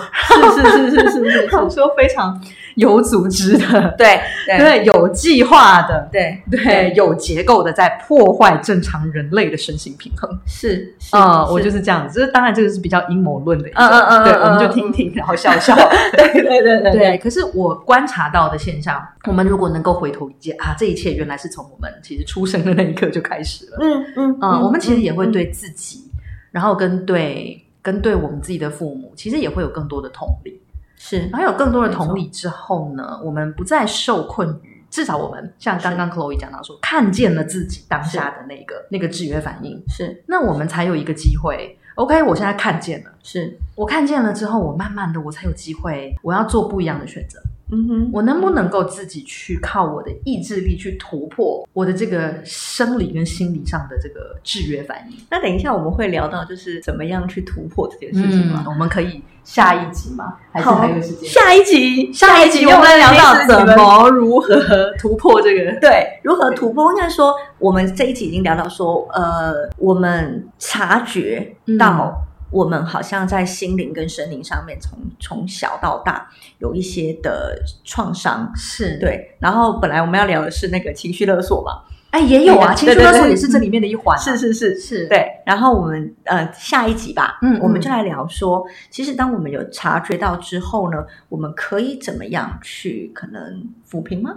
S1: 是是是是是是，
S2: 我 说非常有组织的，
S1: 对对
S2: 对，有计划的，
S1: 对
S2: 对，有结构的，在破坏正常人类的身心平衡。
S1: 是是
S2: 啊、我就是这样子，就是当然这个是比较阴谋论的一种，
S1: 嗯嗯嗯嗯
S2: 对，
S1: 嗯
S2: 我们就
S1: 嗯
S2: 听
S1: 嗯
S2: 听，然后笑笑。
S1: 对对对对
S2: 对，可是我观察到的现象，我们如果能够回头一见啊，这一切原来是从我们其实出生的那一刻就开始了。
S1: 嗯嗯
S2: 啊、我们其实也会
S1: 嗯
S2: 对自己，然后跟对跟对我们自己的父母，其实也会有更多的同理。
S1: 是
S2: 然后有更多的
S1: 没错
S2: 同理之后呢，我们不再受困于，至少我们像刚刚 Chloe 讲到说，看见了自己当下的那个那个制约反应，
S1: 是
S2: 那我们才有一个机会。OK，我现在看见了，
S1: 是，
S2: 我看见了之后，我慢慢的我才有机会，我要做不一样的选择。
S1: 嗯哼，
S2: 我能不能够自己去靠我的意志力去突破我的这个生理跟心理上的这个制约反应？
S1: 那等一下我们会聊到就是怎么样去突破这件事情吗？
S2: 我们可以下一集吗？还
S1: 嗯
S2: 是
S1: 好
S2: 还有时间？
S1: 下一集，
S2: 下一集我们来聊到怎
S1: 么。
S2: 么如何突破这个。
S1: 对，如何突破？应该说，我们这一集已经聊到说，呃，我们察觉
S2: 嗯
S1: 到我们好像在心灵跟神灵上面从从小到大有一些的创伤。
S2: 是，
S1: 对，然后本来我们要聊的是那个情绪勒索嘛，
S2: 哎，也有
S1: 对
S2: 啊，
S1: 嗯
S2: 情绪勒索也是这里面的一环啊、
S1: 是是是，
S2: 是，
S1: 对。然后我们呃下一集吧，
S2: 嗯
S1: 我们
S2: 嗯
S1: 就来聊说，其实当我们有察觉到之后呢，我们可以怎么样去可能抚平吗？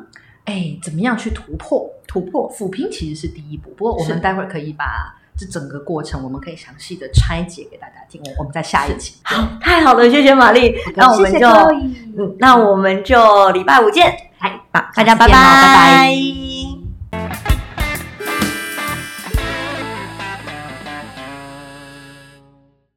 S2: 哎，怎么样去突破？突破抚平其实是第一步，不过我们
S1: 是
S2: 待会儿可以把这整个过程，我们可以详细的拆解给大家听。我我们在下一集。
S1: 好，太好了，谢谢玛丽，那我们嗯就。嗯，那我们就礼拜五见。好，大家
S2: 哎下次
S1: 拜
S2: 见哦
S1: 拜，
S2: 拜拜